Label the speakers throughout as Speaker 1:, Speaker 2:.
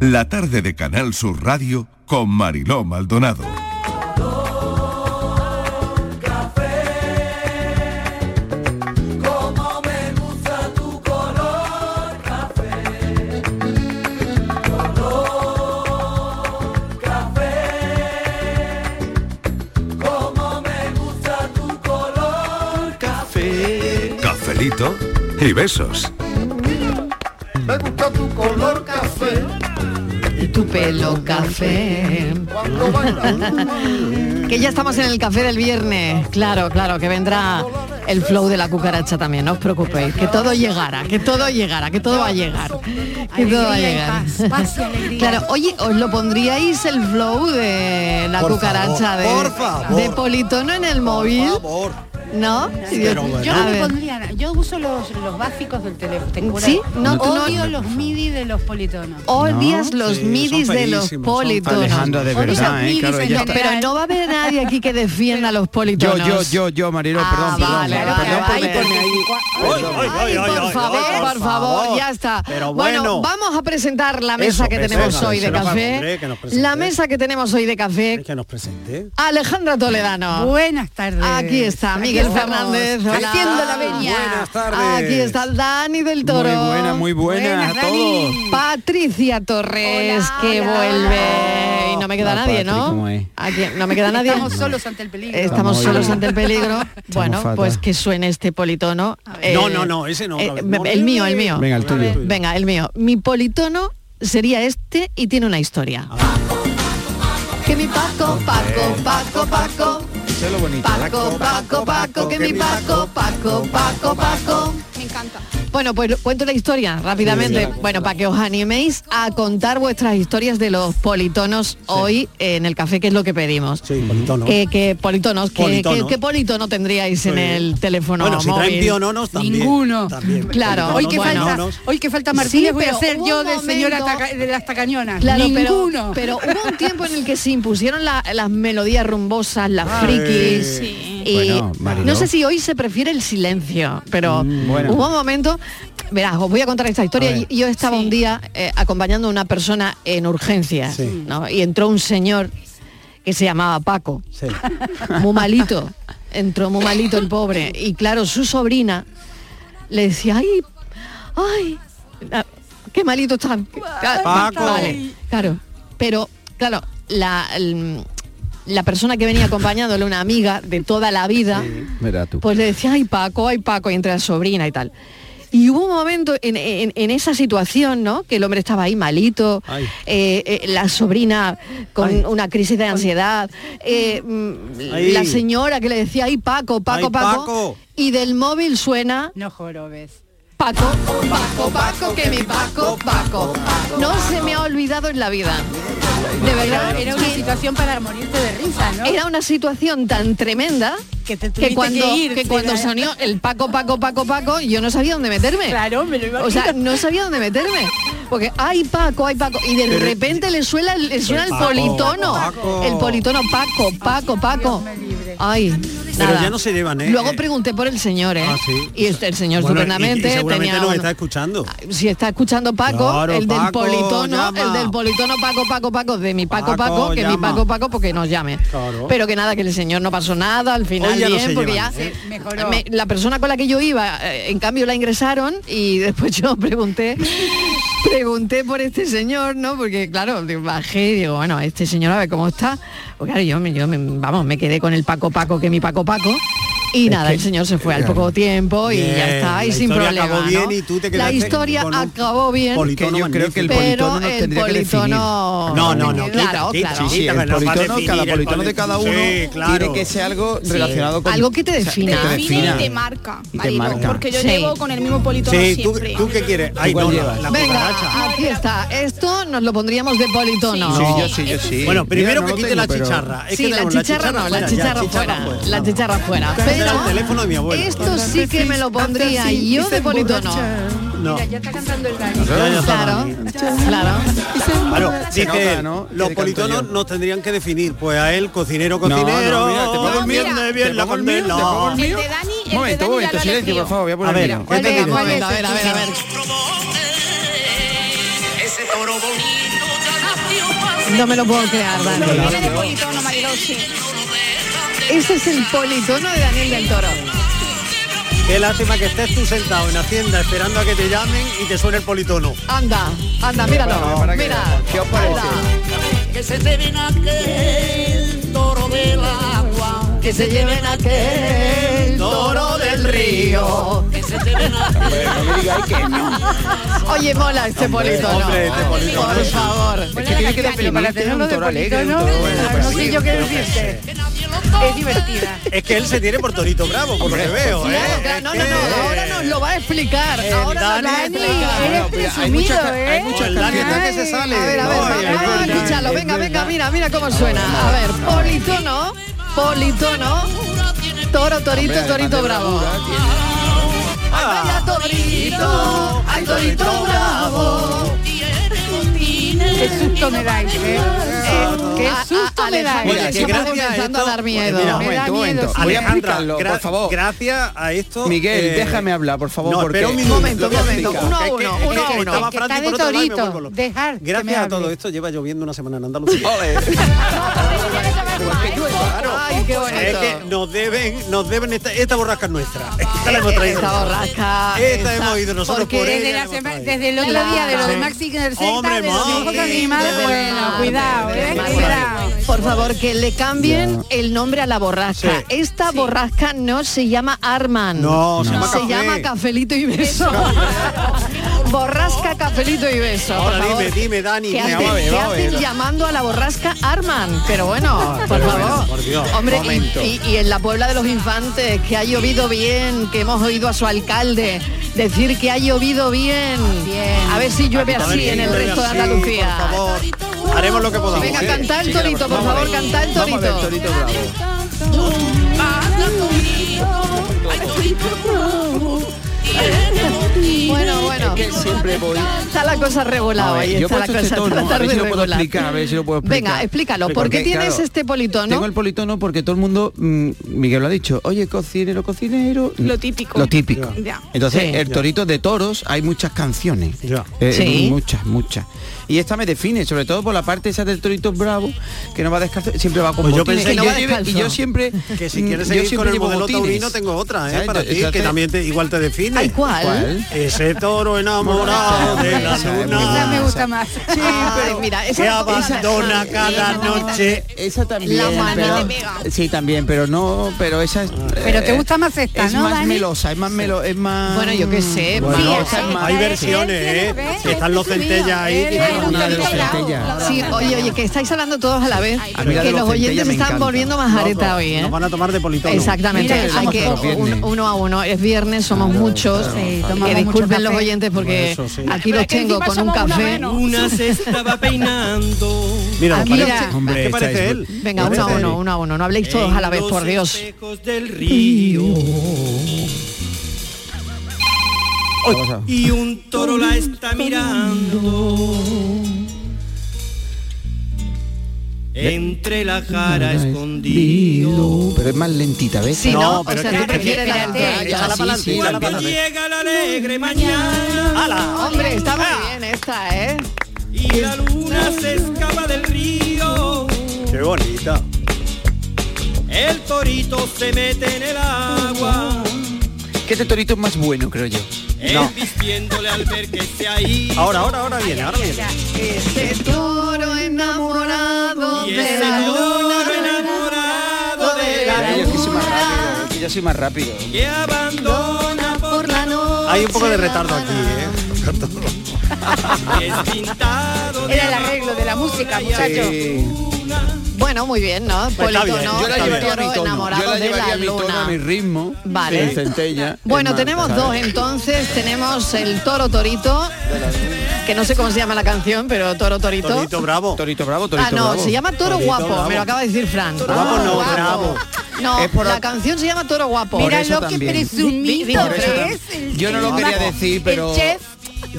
Speaker 1: La tarde de Canal Sur Radio con Mariló Maldonado.
Speaker 2: Como me gusta tu color café, color café. Como me gusta tu color café.
Speaker 3: Cafelito y besos.
Speaker 2: Me gusta tu color café.
Speaker 4: Y tu pelo café. que ya estamos en el café del viernes. Claro, claro, que vendrá el flow de la cucaracha también, no os preocupéis. Que todo llegará, que todo llegará, que todo va a llegar. Que todo va a
Speaker 5: Alegría y
Speaker 4: llegar.
Speaker 5: paz, paz y alegría.
Speaker 4: Claro, oye, ¿os lo pondríais el flow de la
Speaker 5: Por
Speaker 4: cucaracha
Speaker 5: favor,
Speaker 4: de,
Speaker 5: por favor.
Speaker 4: de Politono en el móvil? ¿No?
Speaker 5: Sí,
Speaker 4: Yo-
Speaker 5: pero bueno.
Speaker 4: a
Speaker 5: yo no me
Speaker 4: ver.
Speaker 5: pondría nada. Yo uso los, los básicos del teléfono. te juro.
Speaker 4: ¿Sí? No, tú no-
Speaker 5: Odio los MIDI de los politonos.
Speaker 4: Odias los
Speaker 6: Sí, son
Speaker 4: midis de los
Speaker 6: feísimos, son
Speaker 4: politonos.
Speaker 6: feísimos. Alejandra, de
Speaker 4: Odias los
Speaker 6: verdad, ¿eh?
Speaker 4: midis
Speaker 6: Claro,
Speaker 4: en
Speaker 6: ella está-
Speaker 4: Pero no va a haber nadie aquí que defienda a los
Speaker 6: Yo,
Speaker 4: politonos.
Speaker 6: yo, yo, yo, Mariló, perdón, perdón,
Speaker 4: Ah, vale,
Speaker 6: perdón,
Speaker 4: vale,
Speaker 6: perdón,
Speaker 4: vale.
Speaker 6: perdón.
Speaker 4: Ay, por favor, por favor, ya está.
Speaker 6: Pero
Speaker 4: bueno,
Speaker 6: bueno.
Speaker 4: vamos a presentar la mesa
Speaker 7: Eso,
Speaker 4: que
Speaker 7: presenta,
Speaker 4: tenemos hoy
Speaker 7: se
Speaker 4: de
Speaker 7: nos va a
Speaker 4: café.
Speaker 7: André, que nos presente.
Speaker 4: La mesa que tenemos hoy de café.
Speaker 7: Que nos presente.
Speaker 4: Alejandra Toledano.
Speaker 5: Buenas tardes.
Speaker 4: Aquí está
Speaker 5: Aquí
Speaker 4: Miguel
Speaker 5: estamos,
Speaker 4: Fernández. Hola.
Speaker 5: haciendo la venia.
Speaker 4: Buenas tardes. Aquí está el Dani del Toro.
Speaker 6: Muy buena, muy buena
Speaker 4: Buenas,
Speaker 6: a todos.
Speaker 4: Dani. Patricia Torres, que vuelve. eh, Y no me queda
Speaker 6: Hola,
Speaker 4: nadie,
Speaker 6: Patri,
Speaker 4: ¿no?
Speaker 6: ¿cómo es?
Speaker 4: Aquí, no me queda nadie.
Speaker 5: Estamos solos ante el peligro.
Speaker 4: Estamos
Speaker 6: Estamos
Speaker 4: solos
Speaker 6: hoy.
Speaker 4: ante el peligro. bueno,
Speaker 6: fatal.
Speaker 4: pues que suene este politono. Eh,
Speaker 7: No, no, no, ese no, otra vez.
Speaker 4: me-
Speaker 7: No,
Speaker 4: el mío, el mío.
Speaker 6: Venga, el tuyo. A ver.
Speaker 4: Venga, el mío. Mi politono sería este y tiene una historia. Que mi Paco, Paco, Paco, Paco.
Speaker 6: Eso es lo bonito.
Speaker 4: Paco, Paco, Paco, que mi Paco, Paco, Paco, Paco.
Speaker 5: Me encanta.
Speaker 4: Bueno, pues cuento la historia rápidamente. bueno, para que os animéis a contar vuestras historias de los politonos hoy en el café, que es lo que pedimos.
Speaker 7: Sí, politono.
Speaker 4: Que, que politonos, que-
Speaker 7: Politonos.
Speaker 4: que- ¿qué politono tendríais en el teléfono
Speaker 7: bueno, si
Speaker 4: móvil?
Speaker 7: traen piononos también.
Speaker 5: Ninguno.
Speaker 7: También.
Speaker 4: Claro.
Speaker 5: Hoy que,
Speaker 4: Bueno.
Speaker 5: falta,
Speaker 7: Piononos.
Speaker 5: hoy que falta Martínez
Speaker 4: Sí,
Speaker 5: voy a
Speaker 4: pero
Speaker 5: hacer
Speaker 4: hubo
Speaker 5: yo
Speaker 4: un
Speaker 5: de señora
Speaker 4: momento-
Speaker 5: taca- de las tacañonas.
Speaker 4: Claro, pero-
Speaker 5: Ninguno.
Speaker 4: Pero, hubo un tiempo en el que se impusieron la- las melodías rumbosas, las frikis.
Speaker 5: sí.
Speaker 4: Y
Speaker 6: Ah, Bueno, Mariló.
Speaker 4: no sé si hoy se prefiere el silencio, pero
Speaker 6: bueno.
Speaker 4: hubo un momento. Verás, os voy a contar esta historia.
Speaker 6: A ver.
Speaker 4: Y- Yo estaba
Speaker 5: Sí.
Speaker 4: un día eh, acompañando a una persona en urgencias
Speaker 7: Sí.
Speaker 4: ¿no? y entró un señor que se llamaba Paco,
Speaker 7: Sí.
Speaker 4: muy malito, entró muy malito el pobre. Y claro, su sobrina le decía, ay, ay, ah, qué malito están. Ah,
Speaker 6: Paco.
Speaker 4: Vale, claro. Pero, claro, la, el- la persona que venía acompañándole, una amiga de toda la vida,
Speaker 6: Verá tú.
Speaker 4: pues le decía, ay Paco, ay Paco, y entre la sobrina y tal. Y hubo un momento en, en- en esa situación, ¿no? Que el hombre estaba ahí malito,
Speaker 6: Ay.
Speaker 4: eh, eh, la sobrina con una crisis de ansiedad, eh, mm,
Speaker 7: Ay.
Speaker 4: la señora que le decía, ay Paco, Paco,
Speaker 7: Ay,
Speaker 4: Paco,
Speaker 7: Paco.
Speaker 4: y del móvil suena
Speaker 5: No jorobes.
Speaker 4: Paco, Paco, Paco, que mi Paco, Paco. No se me ha olvidado en la vida. De verdad,
Speaker 5: Era una situación para morirte de risa, ¿no?
Speaker 4: era una situación tan tremenda
Speaker 5: Que te tuviste
Speaker 4: que cuando,
Speaker 5: que ir,
Speaker 4: que cuando
Speaker 5: Pilar.
Speaker 4: sonió el Paco, Paco, Paco, Paco, yo no sabía dónde meterme.
Speaker 5: Claro, me lo imagino.
Speaker 4: O sea, no sabía dónde meterme. Porque, ay Paco, ay Paco. Y de repente le suena, el- le suena el
Speaker 7: Paco,
Speaker 4: politono.
Speaker 7: Paco.
Speaker 4: El politono Paco, Paco, Paco.
Speaker 5: Dios me libre.
Speaker 4: Ay.
Speaker 7: Pero
Speaker 4: nada.
Speaker 7: ya no se llevan, ¿eh?
Speaker 4: Luego pregunté por el señor, ¿eh?
Speaker 7: Ah, sí.
Speaker 4: Y este- el señor
Speaker 7: Bueno, y- y
Speaker 4: estupendamente
Speaker 7: seguramente
Speaker 4: tenía
Speaker 7: nos
Speaker 4: un-
Speaker 7: está escuchando.
Speaker 4: si está escuchando Paco,
Speaker 7: Claro,
Speaker 4: el del
Speaker 7: Paco,
Speaker 4: politono,
Speaker 7: llama.
Speaker 4: el del politono Paco, Paco, Paco, de mi Paco, Paco,
Speaker 7: Paco,
Speaker 4: que mi
Speaker 7: llama.
Speaker 4: Paco, Paco, porque nos llame.
Speaker 7: Claro.
Speaker 4: Pero que nada, que el señor no pasó nada, al final
Speaker 7: Hoy ya no
Speaker 4: bien,
Speaker 7: se
Speaker 4: porque
Speaker 7: llevan,
Speaker 4: ya
Speaker 5: ¿eh? Sí, mejoró.
Speaker 4: me- la persona con la que yo iba, eh, en cambio la ingresaron y después yo pregunté, pregunté por este señor, ¿no? Porque claro, bajé y digo, bueno, este señor a ver cómo está. Pues claro, yo, me- yo me- vamos, me quedé con el Paco Paco, que mi Paco Paco. Y nada, el señor se fue al poco tiempo y
Speaker 7: Bien,
Speaker 4: ya está, y
Speaker 7: la
Speaker 4: sin
Speaker 7: historia
Speaker 4: problema.
Speaker 7: acabó
Speaker 4: ¿no?
Speaker 7: bien y tú te
Speaker 4: la
Speaker 7: quedaste
Speaker 4: historia
Speaker 7: con un
Speaker 4: acabó bien.
Speaker 7: poli-
Speaker 6: Que yo creo que el
Speaker 4: Pero
Speaker 6: politono nos
Speaker 4: el
Speaker 6: tendría que definir.
Speaker 4: politono-
Speaker 7: No, no, no.
Speaker 4: Oh, Claro,
Speaker 7: quita,
Speaker 4: claro.
Speaker 7: quita,
Speaker 6: Sí, sí,
Speaker 7: quita,
Speaker 6: el
Speaker 7: que nos va a
Speaker 6: politono,
Speaker 7: definir
Speaker 6: cada
Speaker 7: el
Speaker 6: politono
Speaker 7: poli-
Speaker 6: de cada uno
Speaker 7: Sí, claro.
Speaker 6: tiene que ser algo relacionado con...
Speaker 4: Algo que te
Speaker 6: o sea,
Speaker 4: defina.
Speaker 6: que te
Speaker 8: define
Speaker 6: defina.
Speaker 8: y te marca,
Speaker 6: Y te
Speaker 8: Marilo,
Speaker 6: marca.
Speaker 8: porque yo
Speaker 4: Sí.
Speaker 8: llevo con el mismo politono
Speaker 7: Sí, ¿tú,
Speaker 8: siempre.
Speaker 7: ¿tú qué quieres? Ay,
Speaker 6: cuál
Speaker 7: no, no,
Speaker 6: llevas?
Speaker 7: la cucaracha.
Speaker 4: Venga, aquí está. Esto nos lo pondríamos de politono.
Speaker 6: Sí, yo sí, yo sí.
Speaker 7: Bueno, primero
Speaker 6: Yo no
Speaker 7: que
Speaker 6: lo
Speaker 7: quite
Speaker 6: tengo,
Speaker 7: la
Speaker 6: pero-
Speaker 7: chicharra. Es
Speaker 4: Sí,
Speaker 7: que
Speaker 4: la
Speaker 7: tenemos
Speaker 4: chicharra no, la
Speaker 7: ya,
Speaker 4: chicharra fuera, la chicharra fuera.
Speaker 7: Este era el
Speaker 4: Pero
Speaker 7: teléfono de mi abuelo.
Speaker 4: esto sí que me lo pondría yo de politono.
Speaker 7: No.
Speaker 5: Mira, ya está cantando el Dani.
Speaker 7: Ya, ya está,
Speaker 4: Claro,
Speaker 7: Dani.
Speaker 4: claro.
Speaker 7: Claro,
Speaker 6: Se
Speaker 7: dice
Speaker 6: nota,
Speaker 7: él,
Speaker 6: ¿no?
Speaker 7: los
Speaker 6: Que canto
Speaker 7: politonos
Speaker 6: yo.
Speaker 7: nos tendrían que definir. Pues a él, cocinero,
Speaker 6: no,
Speaker 7: cocinero.
Speaker 6: mira, te pongo el mío,
Speaker 7: enciende
Speaker 6: te
Speaker 7: bien la
Speaker 6: pongo el mío, te
Speaker 7: candela.
Speaker 6: pongo el
Speaker 8: El de Dani, el de
Speaker 6: Momento,
Speaker 8: Dani ya
Speaker 6: momento,
Speaker 8: lo
Speaker 6: silencio,
Speaker 8: elegí.
Speaker 6: por favor, voy a
Speaker 7: A
Speaker 6: poner el
Speaker 7: ver,
Speaker 6: mío.
Speaker 7: ¿qué te
Speaker 4: Venga,
Speaker 7: diré?
Speaker 4: ¿cuál es? A ver, a ver, a ver.
Speaker 9: Ese
Speaker 2: oro bonito
Speaker 4: No me lo puedo creer, Dani.
Speaker 5: Tiene politono, Mariló, sí.
Speaker 4: Ese es el politono de Daniel del Toro.
Speaker 7: Qué lástima que estés tú sentado en Hacienda esperando a que te llamen y te suene el politono.
Speaker 4: Anda, anda, míralo.
Speaker 6: Para que-
Speaker 4: Mira.
Speaker 6: ¿Qué os parece?
Speaker 2: que se lleven aquel toro del agua que se lleven aquel toro del río que se lleven aquel
Speaker 6: No me digáis que no.
Speaker 4: Oye, mola este politono.
Speaker 7: hombre, este politono.
Speaker 4: Por favor.
Speaker 6: Es que tiene que definir
Speaker 5: Pero
Speaker 6: que es un
Speaker 5: de
Speaker 6: toro alegre, un
Speaker 5: politono,
Speaker 6: toro bueno,
Speaker 5: claro,
Speaker 6: pero
Speaker 5: No sé
Speaker 6: sí,
Speaker 5: yo qué
Speaker 6: pero-
Speaker 5: decirte. Es divertida.
Speaker 7: Es que él se tiene por torito bravo, por lo que veo.
Speaker 4: Claro,
Speaker 7: ¿eh?
Speaker 4: claro, no,
Speaker 7: Es
Speaker 4: no,
Speaker 7: que-
Speaker 4: no, ahora nos lo va a
Speaker 6: eh,
Speaker 4: explicar. Ahora nos lo va a
Speaker 7: Dani,
Speaker 4: explicar.
Speaker 5: Eres
Speaker 6: Bueno, pero pues, hay
Speaker 5: presumido,
Speaker 6: muchas ca- hay
Speaker 5: ¿eh?
Speaker 6: muchas
Speaker 7: El Dani
Speaker 6: canciones
Speaker 7: está
Speaker 6: que se salen.
Speaker 4: A ver, a ver,
Speaker 7: Ay, es
Speaker 4: vamos a
Speaker 7: verdad,
Speaker 4: escucharlo.
Speaker 7: es
Speaker 4: Ah, Venga, venga,
Speaker 7: verdad.
Speaker 4: mira, mira cómo suena. A ver, politono, politono, toro,
Speaker 6: eh,
Speaker 4: torito, torito bravo. Vaya
Speaker 6: Ah.
Speaker 4: torito, ay torito bravo.
Speaker 5: Qué susto me dais, ¿eh? Qué
Speaker 4: A- a-
Speaker 5: susto me
Speaker 4: Alejandra,
Speaker 5: dais.
Speaker 6: Oye,
Speaker 4: ya estamos
Speaker 6: que
Speaker 7: gracias a
Speaker 4: comenzando a
Speaker 7: esto-
Speaker 4: dar miedo.
Speaker 6: Mira,
Speaker 5: Me da
Speaker 6: un momento, un
Speaker 5: miedo,
Speaker 6: momento.
Speaker 5: sí.
Speaker 6: Voy a
Speaker 7: Alejandra,
Speaker 6: explicarlo, por
Speaker 7: gra-
Speaker 6: favor.
Speaker 7: Gracias a esto.
Speaker 6: Miguel,
Speaker 7: eh,
Speaker 6: déjame hablar, por favor,
Speaker 7: No,
Speaker 6: porque-
Speaker 7: espera un minuto.
Speaker 4: Momento,
Speaker 7: lo voy a
Speaker 4: momento,
Speaker 7: explicar.
Speaker 4: uno a
Speaker 7: Que es que-
Speaker 4: uno,
Speaker 7: es que
Speaker 4: uno a
Speaker 7: estaba
Speaker 4: uno.
Speaker 5: Que
Speaker 7: Fran y
Speaker 5: está
Speaker 7: por
Speaker 5: de
Speaker 7: otro lado me
Speaker 5: torito,
Speaker 7: vuelvo loco.
Speaker 5: dejar que me
Speaker 7: Gracias a
Speaker 5: hable.
Speaker 7: todo esto lleva lloviendo una semana en Andalucía.
Speaker 6: Ole.
Speaker 4: Ay, qué
Speaker 7: Es
Speaker 4: bonito.
Speaker 7: que nos deben, nos deben esta, esta borrasca es nuestra. Esta la hemos traído.
Speaker 4: Esta borrasca.
Speaker 7: Esta hemos ido nosotros
Speaker 4: porque
Speaker 7: por
Speaker 5: Desde,
Speaker 7: ella.
Speaker 5: la
Speaker 7: que hemos
Speaker 5: sema-
Speaker 7: traído.
Speaker 5: desde el otro
Speaker 4: Claro.
Speaker 5: día de lo de
Speaker 4: Sí.
Speaker 5: Maxi Cerceta,
Speaker 7: Hombre,
Speaker 5: de los
Speaker 7: Maxi.
Speaker 5: dibujos animados,
Speaker 7: Desde el
Speaker 5: bueno,
Speaker 4: mar,
Speaker 5: cuidado,
Speaker 4: desde
Speaker 5: eh,
Speaker 4: el mar.
Speaker 5: cuidado.
Speaker 4: Por favor, que le cambien el nombre a la borrasca.
Speaker 7: Sí.
Speaker 4: Esta borrasca no se llama Arman.
Speaker 7: No, se llama
Speaker 4: se
Speaker 7: Café.
Speaker 4: llama Cafelito y Beso. borrasca, Cafelito y Beso. por
Speaker 7: Ahora
Speaker 4: favor.
Speaker 7: dime, dime, Dani.
Speaker 4: ¿Qué
Speaker 7: dime.
Speaker 4: hacen,
Speaker 6: ver,
Speaker 4: qué
Speaker 6: vamos a
Speaker 4: hacen
Speaker 6: ver.
Speaker 4: llamando a la borrasca Arman? Pero bueno, por favor.
Speaker 7: por Dios.
Speaker 4: Hombre, y,
Speaker 6: Momento.
Speaker 4: y- y en la Puebla de los Infantes, que ha llovido bien, que hemos oído a su alcalde decir que ha llovido bien. A ver si llueve
Speaker 7: A ver
Speaker 4: así
Speaker 7: si
Speaker 4: en el
Speaker 7: llueve
Speaker 4: resto de
Speaker 7: así,
Speaker 4: Andalucía.
Speaker 7: Por favor, haremos lo que podamos.
Speaker 4: Venga,
Speaker 7: ¿eh?
Speaker 4: canta el
Speaker 6: Sí,
Speaker 4: torito, por
Speaker 6: vamos a
Speaker 4: favor,
Speaker 6: ver.
Speaker 4: canta el
Speaker 6: Vamos a ver,
Speaker 4: torito.
Speaker 6: torito bravo.
Speaker 4: Bueno, bueno.
Speaker 6: Que siempre voy...
Speaker 4: Está la cosa
Speaker 6: A
Speaker 4: regulada
Speaker 6: ver,
Speaker 4: hoy,
Speaker 6: yo he
Speaker 4: está la
Speaker 6: puesto
Speaker 4: cosa
Speaker 6: este
Speaker 4: está
Speaker 6: tono,
Speaker 4: la
Speaker 6: a ver
Speaker 4: tarde
Speaker 6: si lo puedo
Speaker 4: regular.
Speaker 6: explicar, a ver si lo puedo explicar.
Speaker 4: Venga, explícalo. ¿Por
Speaker 6: Porque,
Speaker 4: qué tienes
Speaker 6: claro,
Speaker 4: este politono?
Speaker 6: Tengo el politono porque todo el mundo, mm, Miguel lo ha dicho, oye, cocinero, cocinero.
Speaker 8: Lo típico.
Speaker 6: Lo típico.
Speaker 8: Ya.
Speaker 6: Entonces,
Speaker 4: Sí.
Speaker 6: el torito de toros, hay muchas canciones.
Speaker 7: Ya.
Speaker 6: Eh,
Speaker 4: Sí.
Speaker 6: Muchas, muchas. Y esta me define, sobre todo por la parte esa del torito bravo, que no va descalzo, siempre va con
Speaker 7: Pues yo
Speaker 6: botines.
Speaker 7: pensé
Speaker 6: Y
Speaker 7: que
Speaker 6: yo
Speaker 7: no va
Speaker 6: lleve-
Speaker 4: descalzo.
Speaker 6: y yo siempre...
Speaker 7: Que si
Speaker 6: mm,
Speaker 7: quieres
Speaker 6: yo
Speaker 7: seguir con
Speaker 6: siempre
Speaker 7: el
Speaker 6: llevo
Speaker 7: modelo
Speaker 6: botines.
Speaker 7: taurino tengo otra, ¿eh?
Speaker 6: ¿Sabes?
Speaker 7: Para ti,
Speaker 6: Entonces,
Speaker 7: que también te, igual te define.
Speaker 4: Ay, ¿cuál?
Speaker 6: ¿Cuál?
Speaker 7: Ese toro enamorado de la
Speaker 6: Esa es muy
Speaker 7: luna.
Speaker 5: Esa me gusta
Speaker 6: Esa-
Speaker 5: más.
Speaker 4: Ay, mira, esa
Speaker 7: que
Speaker 4: no-
Speaker 7: abandona
Speaker 4: esa-
Speaker 7: cada
Speaker 4: esa-
Speaker 7: noche.
Speaker 6: Esa también.
Speaker 4: La mano
Speaker 6: pero-
Speaker 4: te pega.
Speaker 6: Sí, también, pero no, pero esa es. eh,
Speaker 5: Pero te gusta más esta,
Speaker 6: es
Speaker 5: ¿no,
Speaker 6: más
Speaker 5: Dani?
Speaker 6: melosa, es más melo, es más.
Speaker 4: Bueno, yo qué sé,
Speaker 7: Bueno,
Speaker 4: sí,
Speaker 6: esa es más-
Speaker 7: hay
Speaker 5: él,
Speaker 7: versiones,
Speaker 5: él,
Speaker 7: ¿eh?
Speaker 5: él, él,
Speaker 7: Que están los
Speaker 5: él,
Speaker 7: centellas ahí.
Speaker 5: él, él,
Speaker 7: Ah,
Speaker 6: una de los
Speaker 5: él, él,
Speaker 6: centellas.
Speaker 4: Sí, oye, oye, que estáis hablando todos a la vez,
Speaker 6: A mí la
Speaker 4: que
Speaker 6: de los
Speaker 4: los oyentes
Speaker 6: centella me
Speaker 4: están
Speaker 6: encanta.
Speaker 4: volviendo más areta hoy, ¿eh?
Speaker 7: Nos van a tomar de politono. Ah,
Speaker 4: Exactamente,
Speaker 5: Mira,
Speaker 4: hay
Speaker 5: somos
Speaker 4: que
Speaker 5: todos.
Speaker 4: un- uno a uno. Es viernes, somos muchos. eh,
Speaker 5: Sí, tomamos
Speaker 4: que
Speaker 5: mucho
Speaker 4: disculpen
Speaker 5: café.
Speaker 4: los oyentes porque
Speaker 7: Bueno, eso sí.
Speaker 4: aquí los tengo con un café.
Speaker 8: Una se estaba peinando.
Speaker 7: Mira,
Speaker 4: Ah,
Speaker 7: parece-
Speaker 4: mira.
Speaker 6: Hombre,
Speaker 7: ¿qué
Speaker 6: esa
Speaker 7: parece
Speaker 6: es-
Speaker 7: él?
Speaker 4: Venga,
Speaker 7: ¿Qué
Speaker 4: uno a
Speaker 7: parece
Speaker 4: uno,
Speaker 7: él? Eh,
Speaker 4: uno a uno. No habléis todos a la vez, por Dios.
Speaker 8: del río.
Speaker 6: Vamos a-
Speaker 8: Y un toro la está mirando. Entre la jara escondido.
Speaker 6: Pero es más lentita, ¿ves?
Speaker 4: Sí,
Speaker 7: No,
Speaker 4: ¿no? O
Speaker 7: pero
Speaker 4: sea,
Speaker 7: es
Speaker 4: tú
Speaker 7: que-
Speaker 4: prefieres la
Speaker 5: espérate,
Speaker 4: otra.
Speaker 7: échala
Speaker 4: Ya, sí,
Speaker 7: pa'lante,
Speaker 4: sí.
Speaker 7: échala
Speaker 8: Cuando llega la alegre mañana Ah.
Speaker 7: ¡Hala!
Speaker 4: Hombre, está
Speaker 10: Ah.
Speaker 4: muy bien esta, ¿eh?
Speaker 8: y la luna se escapa del río,
Speaker 7: ¡Qué bonita!
Speaker 8: el torito se mete en el agua,
Speaker 6: Que este torito es más bueno, creo yo.
Speaker 8: él
Speaker 7: No.
Speaker 8: vistiéndole al ver que se ha ido.
Speaker 7: Ahora, ahora, ahora viene, ahora viene.
Speaker 4: Ese Este toro enamorado
Speaker 8: Y
Speaker 4: de
Speaker 8: ese
Speaker 4: la
Speaker 8: toro
Speaker 4: luna.
Speaker 8: enamorado de la
Speaker 6: Yo que soy más
Speaker 8: luna
Speaker 6: rápido, que yo soy más rápido.
Speaker 8: que abandona por la
Speaker 4: noche
Speaker 7: Hay un poco de retardo aquí, ¿eh?
Speaker 8: es pintado de
Speaker 5: Era el arreglo de la música, muchachos.
Speaker 4: Bueno, muy bien, ¿no?
Speaker 7: Pues está bien,
Speaker 4: Politono,
Speaker 7: yo la
Speaker 4: el
Speaker 7: llevaría a
Speaker 4: toro enamorado
Speaker 6: Yo la
Speaker 4: de
Speaker 6: llevaría
Speaker 4: la
Speaker 6: a mi tono,
Speaker 4: luna.
Speaker 6: a mi ritmo.
Speaker 4: Vale.
Speaker 6: sin centella.
Speaker 4: Bueno,
Speaker 6: Es más,
Speaker 4: tenemos
Speaker 6: ¿sabes?
Speaker 4: dos ¿eh? entonces. Tenemos el Toro Torito, que no sé cómo se llama la canción, pero Toro Torito.
Speaker 7: Torito bravo.
Speaker 6: Torito bravo, torito
Speaker 4: ah, no,
Speaker 6: bravo.
Speaker 4: se llama Toro
Speaker 7: Torito
Speaker 4: Guapo,
Speaker 7: Bravo.
Speaker 4: me lo acaba de decir Fran.
Speaker 7: Guapo no, Bravo.
Speaker 4: No,
Speaker 6: Es por
Speaker 4: la
Speaker 6: la-
Speaker 4: canción se llama Toro Guapo.
Speaker 5: Mira
Speaker 6: eso
Speaker 5: lo que
Speaker 6: también.
Speaker 5: presumido
Speaker 4: Por eso
Speaker 5: que
Speaker 4: también.
Speaker 5: es el
Speaker 6: Yo no lo
Speaker 5: el-
Speaker 6: quería decir, pero
Speaker 5: El chef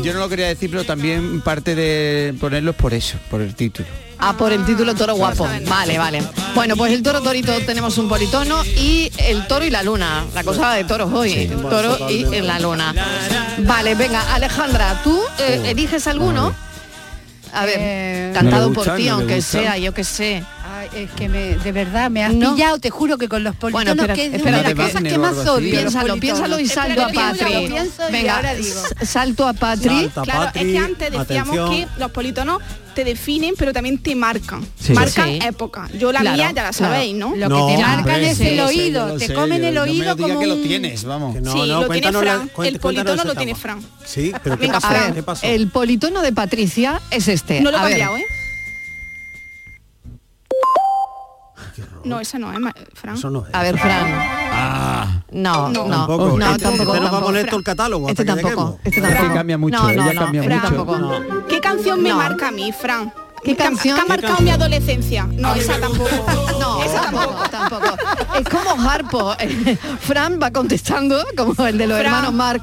Speaker 6: yo no lo quería decir, pero también parte de ponerlo es por eso, por el título.
Speaker 4: Ah, por el título Toro Guapo. Vale, vale. Bueno, pues el Toro Torito tenemos un politono y el Toro y la Luna. La cosa va de toros hoy. Toro
Speaker 6: Oh.
Speaker 4: y en la Luna. Vale, venga, Alejandra, ¿tú eh, eliges eh, alguno? A ver,
Speaker 5: Eh,
Speaker 4: cantado
Speaker 6: No le gusta,
Speaker 4: por ti,
Speaker 6: no le
Speaker 4: aunque
Speaker 6: gusta.
Speaker 4: sea, yo que sé.
Speaker 5: Ay, es que me, de verdad me has
Speaker 4: No.
Speaker 5: pillado, te juro que con los politonos
Speaker 4: espera,
Speaker 5: que es
Speaker 4: espera,
Speaker 5: una de
Speaker 4: que-
Speaker 5: las cosas
Speaker 6: Wagner
Speaker 5: que
Speaker 6: o
Speaker 5: más
Speaker 6: algo así.
Speaker 5: odio. los
Speaker 4: piénsalo,
Speaker 5: politonos.
Speaker 4: piénsalo y
Speaker 5: Espera,
Speaker 4: salto a
Speaker 5: que pienso,
Speaker 4: Patri.
Speaker 5: lo pienso y
Speaker 4: Venga,
Speaker 5: ahora digo.
Speaker 4: s- salto a Patri.
Speaker 7: Salta,
Speaker 9: Claro, es
Speaker 7: Patri,
Speaker 9: que antes decíamos
Speaker 7: atención.
Speaker 9: que los politonos te definen, pero también te marcan.
Speaker 6: Sí.
Speaker 9: Marcan
Speaker 4: Sí.
Speaker 9: época. Yo la
Speaker 4: Claro,
Speaker 9: mía ya la
Speaker 4: claro.
Speaker 9: sabéis, ¿no?
Speaker 5: Lo
Speaker 7: No,
Speaker 5: que te
Speaker 7: hombre,
Speaker 5: marcan es
Speaker 4: sí,
Speaker 5: el
Speaker 4: yo lo
Speaker 5: oído, te comen el oído
Speaker 6: no me diga
Speaker 5: como
Speaker 6: que lo
Speaker 5: un-
Speaker 6: tienes, vamos.
Speaker 7: Que no,
Speaker 9: Sí,
Speaker 7: no,
Speaker 9: lo tiene
Speaker 7: cuéntanos la-
Speaker 9: Fran.
Speaker 7: cuént-
Speaker 9: El politono
Speaker 7: cuéntanos esa
Speaker 9: lo tiene
Speaker 7: etapa.
Speaker 9: Fran.
Speaker 7: Sí, pero ¿qué
Speaker 9: Venga,
Speaker 7: pasó?
Speaker 4: A ver,
Speaker 7: ¿Qué pasó?
Speaker 4: el politono de Patricia es este.
Speaker 9: No lo he
Speaker 4: A ver,
Speaker 9: cambiado, ¿eh? No, esa no, es Fran.
Speaker 7: Eso no es.
Speaker 4: A ver, Fran.
Speaker 6: Ah.
Speaker 4: No, no,
Speaker 9: No.
Speaker 4: no,
Speaker 7: Tampoco.
Speaker 4: tampoco.
Speaker 7: Este- este nos va a
Speaker 4: tampoco.
Speaker 7: poner todo el catálogo
Speaker 4: Este
Speaker 7: hasta que
Speaker 4: tampoco.
Speaker 7: lleguemos.
Speaker 4: Este
Speaker 6: Fran.
Speaker 4: tampoco.
Speaker 6: Ella cambia mucho,
Speaker 4: No, no,
Speaker 6: ella
Speaker 4: no,
Speaker 6: cambia
Speaker 4: Fran,
Speaker 6: mucho.
Speaker 4: tampoco.
Speaker 7: No.
Speaker 9: ¿Qué canción me
Speaker 4: No.
Speaker 9: marca a mí, Fran?
Speaker 4: ¿Qué
Speaker 9: Ca-
Speaker 4: canción?
Speaker 9: Que ha marcado mi adolescencia. No, esa tampoco.
Speaker 4: No,
Speaker 9: esa tampoco.
Speaker 4: tampoco, tampoco. Es como Harpo. Fran va contestando, como el de los
Speaker 9: Fran.
Speaker 4: hermanos Mark.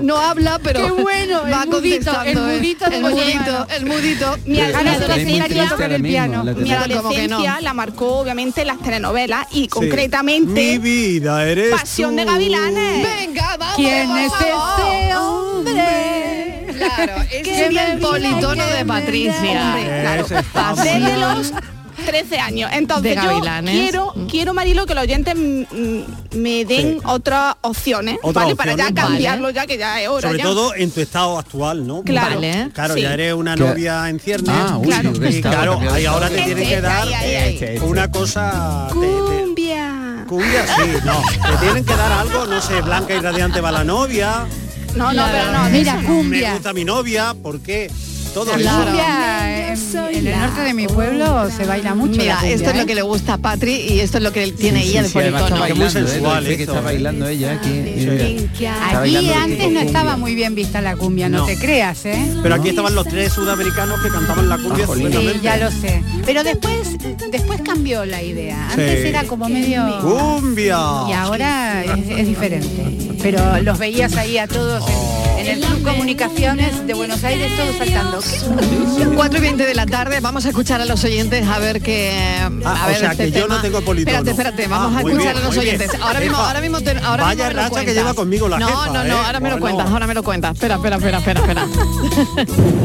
Speaker 4: No habla, pero
Speaker 5: Qué bueno, el
Speaker 4: va
Speaker 5: mudito,
Speaker 4: contestando,
Speaker 5: el
Speaker 4: ¿eh?
Speaker 5: mudito de
Speaker 4: el
Speaker 5: los
Speaker 4: mudito,
Speaker 5: hermanos.
Speaker 4: el mudito.
Speaker 9: Mi
Speaker 6: Pero
Speaker 9: Ahora
Speaker 6: tenéis
Speaker 9: solo
Speaker 6: muy
Speaker 9: sería
Speaker 6: triste
Speaker 5: tocar
Speaker 6: ahora
Speaker 5: el
Speaker 6: mismo,
Speaker 5: piano.
Speaker 6: la
Speaker 9: Mi
Speaker 6: tenéis.
Speaker 4: Claro, como que no.
Speaker 9: adolescencia la marcó obviamente las telenovelas y
Speaker 7: Sí. Mi
Speaker 9: concretamente
Speaker 7: vida eres
Speaker 9: Pasión de
Speaker 7: tú.
Speaker 9: Gavilanes. este
Speaker 4: Venga, vamos.
Speaker 5: ¿Quién
Speaker 4: por
Speaker 5: es
Speaker 4: favor.
Speaker 5: ese hombre?
Speaker 4: Claro,
Speaker 5: Que
Speaker 4: ese sería el
Speaker 5: me olvida
Speaker 4: politono
Speaker 5: que
Speaker 4: de
Speaker 5: me
Speaker 4: Patricia.
Speaker 5: da-
Speaker 7: Ese
Speaker 9: claro.
Speaker 7: está muy
Speaker 4: Pasión.
Speaker 9: Desde los 13 años. Entonces
Speaker 4: De
Speaker 9: yo
Speaker 4: gavilanes.
Speaker 9: quiero, quiero Marilo, que los oyentes mm, mm, me den
Speaker 7: Sí.
Speaker 9: otras opciones,
Speaker 7: Otras
Speaker 9: ¿vale? Para ya
Speaker 7: opciones, vale.
Speaker 9: cambiarlo, ya que ya es hora.
Speaker 7: Sobre
Speaker 9: ya.
Speaker 7: todo en tu estado actual, ¿no?
Speaker 9: Claro.
Speaker 4: Vale.
Speaker 7: Claro,
Speaker 9: Sí.
Speaker 7: ya eres una
Speaker 6: Que-
Speaker 7: novia en ciernes.
Speaker 6: Ah, uy,
Speaker 9: Claro.
Speaker 6: digo que
Speaker 7: Y
Speaker 6: estaba
Speaker 7: claro,
Speaker 6: cambiado
Speaker 7: ahí
Speaker 6: de
Speaker 7: ahora
Speaker 6: estado.
Speaker 7: te tienen que dar
Speaker 9: Ay, ay, ay.
Speaker 6: Este, este.
Speaker 7: una cosa de- de-
Speaker 9: Cumbia.
Speaker 7: cumbia, sí, no. Te tienen que dar algo, no sé, blanca y radiante va la novia.
Speaker 9: No, no, pero no. de
Speaker 5: Mira,
Speaker 7: Me
Speaker 5: cumbia.
Speaker 7: gusta mi novia, ¿por qué? Todo
Speaker 4: La
Speaker 7: eso.
Speaker 4: cumbia.
Speaker 5: Cumbia, en, en el norte de mi pueblo se baila mucho. la
Speaker 4: Mira,
Speaker 5: cumbia,
Speaker 4: esto es lo
Speaker 5: ¿eh?
Speaker 4: que le gusta a Patri y esto es lo que tiene
Speaker 6: Sí,
Speaker 4: ella
Speaker 6: sí,
Speaker 4: de
Speaker 6: sí, además
Speaker 4: politono.
Speaker 6: está
Speaker 7: Que muy
Speaker 6: bailando, ¿eh?
Speaker 7: sensual
Speaker 6: Dice que
Speaker 7: esto,
Speaker 6: está
Speaker 7: ¿eh?
Speaker 6: bailando ella aquí. Está
Speaker 5: Aquí
Speaker 6: bailando el
Speaker 5: antes
Speaker 6: tipo
Speaker 5: no estaba
Speaker 6: cumbia.
Speaker 5: muy bien vista la cumbia, no,
Speaker 7: No.
Speaker 5: te creas, ¿eh?
Speaker 7: Pero aquí estaban los tres sudamericanos que cantaban la cumbia.
Speaker 6: Ah, jolín.
Speaker 5: Sí,
Speaker 7: estupendamente.
Speaker 5: ya lo sé. Pero después, después cambió la idea. Antes
Speaker 7: Sí.
Speaker 5: era como medio.
Speaker 7: Cumbia.
Speaker 5: Y ahora es, es diferente. Pero los veías ahí a todos
Speaker 7: Oh.
Speaker 5: en, en el Club Comunicaciones de Buenos Aires, todos saltando. ¿Qué?
Speaker 4: 4 y 20 de la tarde, vamos a escuchar a los oyentes a ver que...
Speaker 7: Ah,
Speaker 4: a
Speaker 7: o
Speaker 4: ver
Speaker 7: sea,
Speaker 4: este
Speaker 7: que yo
Speaker 4: tema.
Speaker 7: no tengo politono.
Speaker 4: Espérate, espérate, vamos
Speaker 7: Ah,
Speaker 4: a
Speaker 7: muy
Speaker 4: escuchar
Speaker 7: bien,
Speaker 4: a los
Speaker 7: muy bien.
Speaker 4: oyentes. Ahora mismo,
Speaker 7: Jefa,
Speaker 4: ahora mismo, te- ahora
Speaker 7: vaya
Speaker 4: mismo me lo
Speaker 7: racha que
Speaker 4: cuentas.
Speaker 7: lleva conmigo la
Speaker 4: No,
Speaker 7: jefa,
Speaker 4: no,
Speaker 7: ¿eh?
Speaker 4: no, ahora me lo
Speaker 7: Bueno.
Speaker 4: cuentas, ahora me lo cuentas. Espera, espera, espera, espera, espera.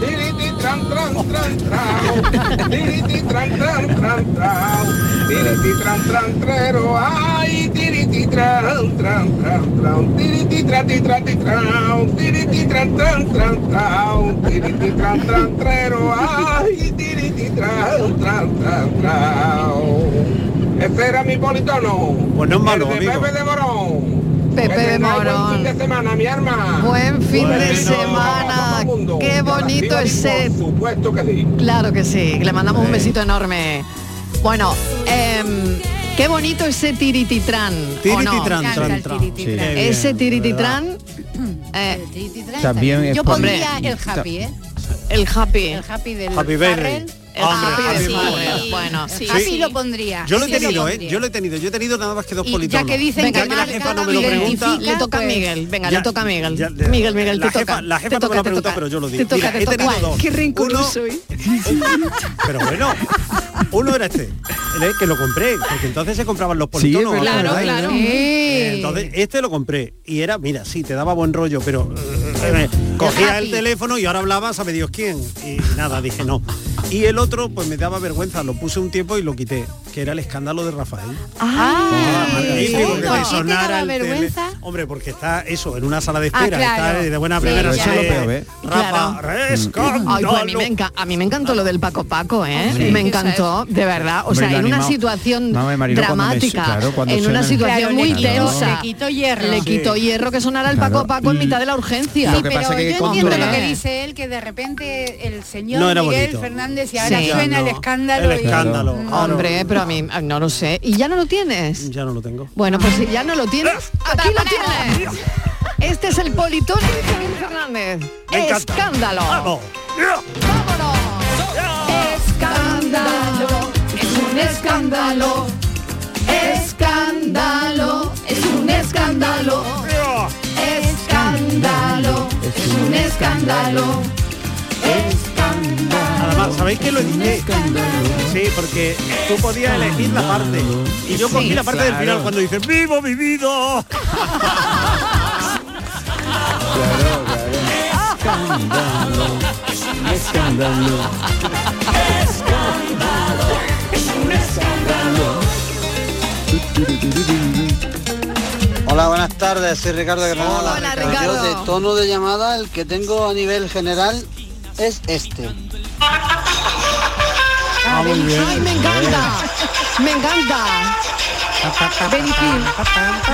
Speaker 11: Tiriti tran tran tran tran. Tiriti tran tran tran tran. Tiriti tran tran trero. Ay, tiriti tran tran tran tran. Tiriti tran ti, tran ti, tran. Tiriti tran tran tran tran. Tiriti tran tran trero. Ay, tiriti tran tran tran tran. Ese era mi politono.
Speaker 7: Pues no es malo,
Speaker 11: El de
Speaker 7: amigo.
Speaker 11: Pepe de Morón.
Speaker 4: Pepe
Speaker 11: Que
Speaker 4: de
Speaker 11: tengáis buen
Speaker 4: Morón.
Speaker 11: fin de semana, mi arma.
Speaker 4: Buen fin de
Speaker 7: Bueno,
Speaker 4: semana.
Speaker 11: Mundo.
Speaker 4: Qué bonito
Speaker 11: Arriba,
Speaker 4: ese...
Speaker 11: Por supuesto que sí.
Speaker 4: Claro que sí, le mandamos un besito enorme. Bueno, em, qué bonito ese tirititrán. ¿o
Speaker 7: Tirititran,
Speaker 4: no?
Speaker 5: Canta
Speaker 7: tran,
Speaker 5: el
Speaker 7: tran.
Speaker 5: tirititran.
Speaker 7: Sí, qué
Speaker 4: Ese
Speaker 7: bien, ¿verdad?
Speaker 4: tirititrán, eh,
Speaker 6: También es
Speaker 5: Yo
Speaker 6: por-
Speaker 5: pondría
Speaker 6: Hombre.
Speaker 5: el happy, ¿eh?
Speaker 4: el happy.
Speaker 5: El happy del
Speaker 7: Happy Berry.
Speaker 5: Farrell.
Speaker 4: El
Speaker 7: Hombre,
Speaker 4: happy de
Speaker 7: Happy
Speaker 4: sí.
Speaker 7: Berry.
Speaker 4: Farrell. Bueno, sí.
Speaker 5: Happy
Speaker 7: Sí.
Speaker 5: lo pondría.
Speaker 7: Yo lo he
Speaker 5: Sí, lo
Speaker 7: tenido, ¿eh?
Speaker 5: pondría.
Speaker 7: Yo lo he tenido. Yo he tenido nada más que dos
Speaker 5: Y ya
Speaker 7: politonos.
Speaker 5: que dicen
Speaker 4: Venga,
Speaker 7: Ya que la
Speaker 4: marca,
Speaker 7: jefa no me lo
Speaker 5: identifica,
Speaker 7: pregunta.
Speaker 4: Ah, Le toca a
Speaker 5: pues.
Speaker 4: Miguel, venga,
Speaker 7: Ya,
Speaker 4: le toca a Miguel.
Speaker 7: ya, ya.
Speaker 4: Miguel, Miguel,
Speaker 7: la
Speaker 4: te
Speaker 7: jefa,
Speaker 4: toca.
Speaker 7: La jefa
Speaker 4: te
Speaker 7: no
Speaker 4: toca,
Speaker 7: me lo
Speaker 4: te
Speaker 7: pregunta,
Speaker 4: toca.
Speaker 7: pero yo lo digo.
Speaker 4: Te toca,
Speaker 7: Mira,
Speaker 4: te
Speaker 7: he
Speaker 4: toca.
Speaker 7: tenido dos.
Speaker 4: Qué rinconudo
Speaker 7: Uno-
Speaker 4: soy.
Speaker 7: Pero bueno, uno era este, el que lo compré, porque entonces se compraban los politonos.
Speaker 6: es verdad,
Speaker 7: ¿verdad?
Speaker 6: Claro,
Speaker 4: claro.
Speaker 5: Sí.
Speaker 7: Entonces, este lo compré y era, mira, sí, te daba buen rollo, pero eh, cogía el
Speaker 5: Happy.
Speaker 7: teléfono y ahora hablabas a Dios quién. Y nada, dije no. Y el otro, pues me daba vergüenza, lo puse un tiempo y lo quité, que era el escándalo de Rafael.
Speaker 4: Ah,
Speaker 7: Ah,
Speaker 5: Ay,
Speaker 7: Magnífico, que te
Speaker 5: ¿por qué te
Speaker 7: sonara
Speaker 5: daba
Speaker 7: el tele-
Speaker 5: vergüenza?
Speaker 7: Hombre, porque está eso, en una sala de espera,
Speaker 5: claro.
Speaker 7: está de buena
Speaker 5: Sí,
Speaker 7: primera.
Speaker 5: ya.
Speaker 7: eso es lo peor,
Speaker 6: ¿eh?
Speaker 7: Rafa, escándalo.
Speaker 4: Mm. Ay, pues a, mí me enca- a mí me encantó lo del Paco Paco, ¿eh? me encantó, de verdad. O
Speaker 6: Hombre,
Speaker 4: sea,
Speaker 6: lo
Speaker 4: en una
Speaker 6: animado.
Speaker 4: situación
Speaker 6: Vamos, Marilo, cuando me-
Speaker 4: dramática,
Speaker 6: claro, cuando
Speaker 4: en una
Speaker 6: suena-
Speaker 4: situación
Speaker 5: Claro, le
Speaker 4: muy
Speaker 5: quitó-
Speaker 4: tensa.
Speaker 5: le quitó hierro.
Speaker 4: Le
Speaker 5: Sí.
Speaker 4: quitó hierro que sonara el
Speaker 6: Claro,
Speaker 4: Paco Paco en
Speaker 6: y-
Speaker 4: mitad de la urgencia.
Speaker 6: Lo
Speaker 5: Sí,
Speaker 6: que
Speaker 5: pero
Speaker 6: pasa que
Speaker 5: yo
Speaker 6: con
Speaker 5: entiendo
Speaker 4: tu-
Speaker 5: lo que dice él, que de repente el señor
Speaker 7: No era
Speaker 5: Miguel
Speaker 7: bonito.
Speaker 5: Fernández y ahora
Speaker 4: Sí.
Speaker 5: suena el
Speaker 7: No,
Speaker 5: escándalo.
Speaker 7: El
Speaker 5: y-
Speaker 7: escándalo. claro.
Speaker 4: Hombre, pero a mí ah, no lo sé. ¿Y ya no lo tienes?
Speaker 7: Ya no lo tengo.
Speaker 4: Bueno, pues si ya no lo tienes, aquí lo tienes. Este es el politón de Miguel Fernández.
Speaker 7: Me encanta.
Speaker 4: Escándalo.
Speaker 7: ¡Vamos!
Speaker 4: ¡Vámonos! Escándalo, es un escándalo. Escándalo, es un escándalo. Escándalo, es un escándalo.
Speaker 7: Además, ¿sabéis que lo edité? Sí, porque tú podías elegir la parte. Y yo cogí la parte del final cuando dice ¡Vivo mi vida!
Speaker 6: Claro, claro.
Speaker 2: Escándalo, escándalo. Escándalo, es un escándalo.
Speaker 12: Hola, buenas tardes, soy Ricardo Granada.
Speaker 4: Hola, Ricardo.
Speaker 12: Yo de tono de llamada, el que tengo a nivel general es este.
Speaker 7: Ah,
Speaker 4: Ay, me encanta. Me encanta.
Speaker 5: Benny Hill.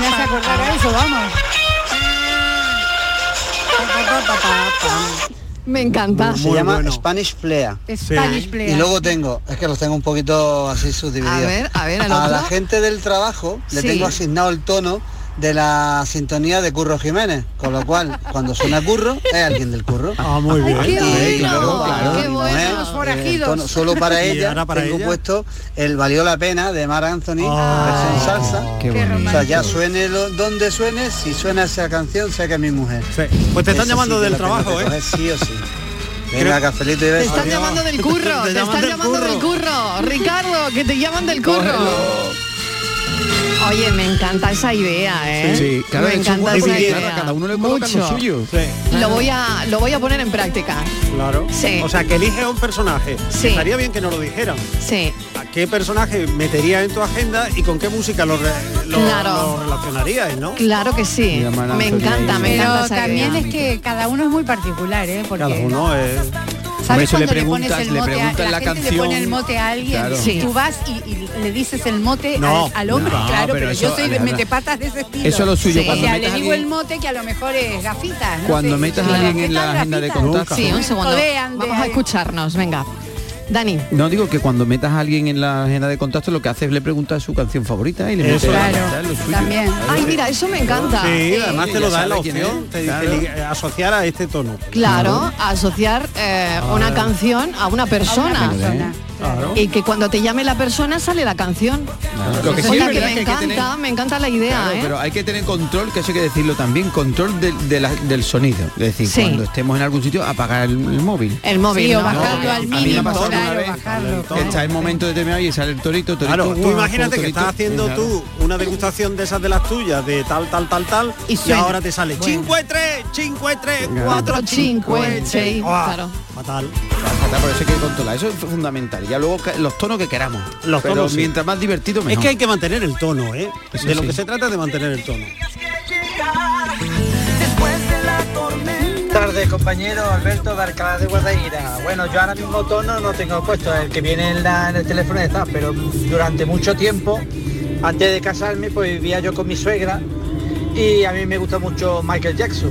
Speaker 5: Me hace acordar a eso, vamos.
Speaker 4: Me encanta.
Speaker 12: Se llama Spanish Plea.
Speaker 4: Spanish Sí. Plea.
Speaker 12: Y luego tengo, es que los tengo un poquito así subdivididos.
Speaker 4: A ver, a ver, el otro.
Speaker 12: la gente del trabajo le
Speaker 4: Sí.
Speaker 12: tengo asignado el tono de la sintonía de Curro Jiménez, con lo cual cuando suena Curro es alguien del Curro. Ah,
Speaker 7: muy bien.
Speaker 2: qué bueno, qué
Speaker 12: no
Speaker 2: bueno,
Speaker 12: es,
Speaker 2: los
Speaker 12: eh,
Speaker 2: forajidos.
Speaker 12: tono solo para
Speaker 2: ¿Y
Speaker 12: ella
Speaker 2: ahora para
Speaker 12: tengo
Speaker 2: ella?
Speaker 12: puesto el Valió la pena de Mar Anthony,
Speaker 7: Ah,
Speaker 12: versión salsa. o sea, ya suene lo- donde suene, si suena esa canción, sea que es mi mujer.
Speaker 7: Pues te están
Speaker 12: Ese
Speaker 7: llamando
Speaker 12: sí que
Speaker 7: del
Speaker 12: la tengo
Speaker 7: trabajo,
Speaker 12: que
Speaker 7: ¿eh?
Speaker 12: coger Sí o sí. Venga,
Speaker 7: Creo-
Speaker 12: cafelito y
Speaker 7: Te
Speaker 12: besos.
Speaker 4: Te están
Speaker 12: Adiós.
Speaker 4: llamando del curro, te, están llamando del curro. Ricardo, que te llaman del curro. Oye, me encanta esa idea, ¿eh?
Speaker 6: Sí, claro,
Speaker 4: me
Speaker 6: es un
Speaker 4: encanta
Speaker 6: buen
Speaker 4: esa
Speaker 6: idea,
Speaker 4: idea.
Speaker 6: cada uno le coloca lo
Speaker 4: Mucho.
Speaker 6: suyo.
Speaker 4: Lo voy a lo voy a poner en práctica.
Speaker 7: Claro.
Speaker 4: Sí.
Speaker 7: O sea, que elige a un personaje.
Speaker 4: Sí.
Speaker 7: Estaría bien que nos lo dijeran.
Speaker 4: Sí.
Speaker 7: ¿A qué personaje metería en tu agenda y con qué música lo, re- lo-
Speaker 4: Claro.
Speaker 7: lo relacionarías, no?
Speaker 4: Claro que sí.
Speaker 7: Llaman a
Speaker 4: Me
Speaker 7: Antonio
Speaker 4: encanta, me
Speaker 7: Aguilar.
Speaker 4: encanta
Speaker 5: Pero
Speaker 4: esa
Speaker 5: también
Speaker 4: idea.
Speaker 5: es que cada uno es muy particular, ¿eh? Porque
Speaker 7: Cada uno es...
Speaker 5: ¿Sabes
Speaker 6: Hombre, eso le
Speaker 5: cuando le, pones
Speaker 6: preguntas-
Speaker 5: el
Speaker 6: le
Speaker 5: mote a
Speaker 6: preguntas
Speaker 5: la, gente
Speaker 6: la
Speaker 5: le
Speaker 6: canción.
Speaker 5: pone el mote a alguien?
Speaker 6: Claro.
Speaker 5: Sí.
Speaker 6: Sí.
Speaker 5: Tú vas y, y le dices el mote al-
Speaker 6: No,
Speaker 5: al, hombre,
Speaker 6: no,
Speaker 5: claro, pero,
Speaker 6: pero eso,
Speaker 5: yo soy de
Speaker 6: Alejandra,
Speaker 5: metepatas de ese estilo.
Speaker 6: eso es lo suyo, Sí.
Speaker 5: O
Speaker 6: cuando
Speaker 5: sea, le
Speaker 6: metas a
Speaker 5: digo el
Speaker 6: alguien-
Speaker 5: mote que a lo mejor es gafitas. no
Speaker 6: Cuando
Speaker 5: sé,
Speaker 6: metas
Speaker 5: sí,
Speaker 6: a alguien en
Speaker 5: gafitas,
Speaker 6: la agenda de
Speaker 5: gafitas.
Speaker 6: contacto.
Speaker 4: Sí, un segundo.
Speaker 5: Jodean de
Speaker 4: Vamos a
Speaker 5: ahí.
Speaker 4: escucharnos, venga. Dani.
Speaker 6: No digo que cuando metas a alguien en la agenda de contacto lo que haces es le preguntas su canción favorita y le metes
Speaker 7: Claro.
Speaker 6: lo suyo.
Speaker 4: También. Ay, mira, eso me encanta.
Speaker 7: Sí, además te
Speaker 6: ya
Speaker 7: lo da la
Speaker 6: sabe quién
Speaker 7: opción,
Speaker 6: es,
Speaker 7: te dice
Speaker 6: claro.
Speaker 7: li- eh, asociar a este tono.
Speaker 4: Claro, asociar eh, una canción a una persona.
Speaker 7: Claro.
Speaker 4: Y que cuando te llame la persona sale la canción.
Speaker 6: Lo que sí
Speaker 4: Oiga,
Speaker 6: es
Speaker 4: que me
Speaker 6: verdad que hay que
Speaker 4: encanta,
Speaker 6: tener-
Speaker 4: me encanta la idea,
Speaker 6: Claro,
Speaker 4: ¿eh?
Speaker 6: pero hay que tener control, que eso hay que decirlo también, control de- de la- del sonido. Es decir,
Speaker 4: Sí.
Speaker 6: cuando estemos en algún sitio, apagar el, el móvil.
Speaker 4: El móvil.
Speaker 5: Sí, o
Speaker 4: ¿no?
Speaker 5: bajarlo
Speaker 6: A
Speaker 5: al
Speaker 6: mí me ha
Speaker 5: mínimo,
Speaker 6: pasado una
Speaker 5: claro,
Speaker 6: vez.
Speaker 5: bajarlo.
Speaker 6: Que está en momento determinado y sale el torito, torito.
Speaker 7: Claro, tú
Speaker 6: guau,
Speaker 7: imagínate que
Speaker 6: torito.
Speaker 7: estás haciendo
Speaker 6: Sí,
Speaker 7: tú una degustación de esas de las tuyas, de tal, tal, tal, tal,
Speaker 4: Y
Speaker 7: y,
Speaker 4: suena.
Speaker 7: ahora te sale
Speaker 4: Bueno.
Speaker 7: 5 3, 5 3,
Speaker 6: Claro.
Speaker 7: 4,
Speaker 4: Cuatro,
Speaker 7: 5
Speaker 4: cinco, seis, claro.
Speaker 7: Fatal.
Speaker 6: claro. Fatal, Por eso hay que controlar, eso es fundamental. Ya luego ca- los tonos que queramos.
Speaker 7: Los
Speaker 6: Pero
Speaker 7: tonos, sí.
Speaker 6: mientras más divertido, mejor.
Speaker 7: Es que hay que mantener el tono, ¿eh?
Speaker 6: Eso
Speaker 7: de lo
Speaker 6: sí.
Speaker 7: que se trata es de mantener el tono.
Speaker 12: Buenas tardes, compañero Alberto de Alcalá de Guadaira. Bueno, yo ahora mismo tono no tengo puesto, el que viene en, la- en el teléfono está, pero durante mucho tiempo, antes de casarme, pues vivía yo con mi suegra y a mí me gusta mucho Michael Jackson.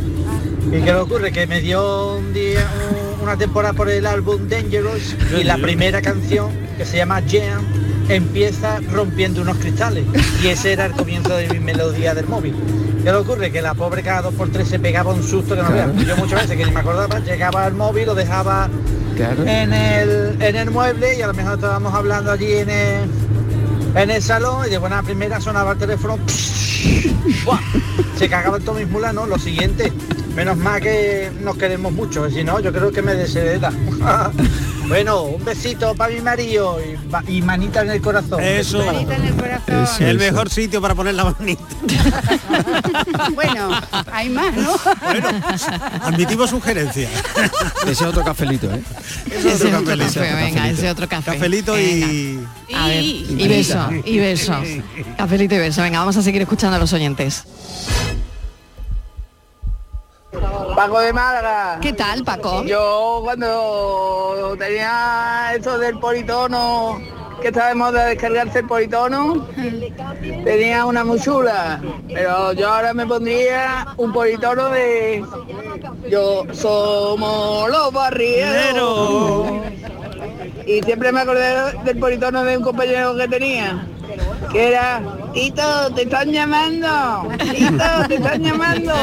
Speaker 12: ¿Y qué le ocurre? Que me dio un día, un- una temporada por el álbum Dangerous y la primera canción, que se llama Jam, empieza rompiendo unos cristales. Y ese era el comienzo de mi melodía del móvil. ¿Qué le ocurre? Que la pobre cada dos por tres se pegaba un susto que no veas. Yo muchas veces que ni me acordaba, llegaba al móvil, lo dejaba
Speaker 6: Claro.
Speaker 12: en el, en el mueble y a lo mejor estábamos hablando allí en el, en el salón y de buena primera sonaba el teléfono. ¡buah! Se cagaban todos mis mulanos, lo siguiente. Menos mal que nos queremos mucho, si no, yo creo que me deshereda. bueno, un besito para mi marido y, pa- y manita en el corazón.
Speaker 7: Eso.
Speaker 5: Manita en el corazón.
Speaker 7: el mejor sitio para poner la manita.
Speaker 5: bueno, hay más, ¿no?
Speaker 7: Admitimos sugerencias.
Speaker 6: Ese es otro cafelito, ¿eh?
Speaker 4: Ese es otro café, venga,
Speaker 6: cafelito.
Speaker 4: ese otro café.
Speaker 7: Cafelito y...
Speaker 4: A ver, y
Speaker 6: Y-
Speaker 4: beso, y beso. Cafelito y beso. Venga, vamos a seguir escuchando a los oyentes.
Speaker 13: Paco de Málaga.
Speaker 4: ¿Qué tal, Paco?
Speaker 13: Yo cuando tenía esto del politono, que estaba de moda descargarse el politono, tenía una muy chula. Pero yo ahora me pondría un politono de yo somos los barrieros. Y siempre me acordé del politono de un compañero que tenía, que era Tito, te están llamando, Tito, te están llamando.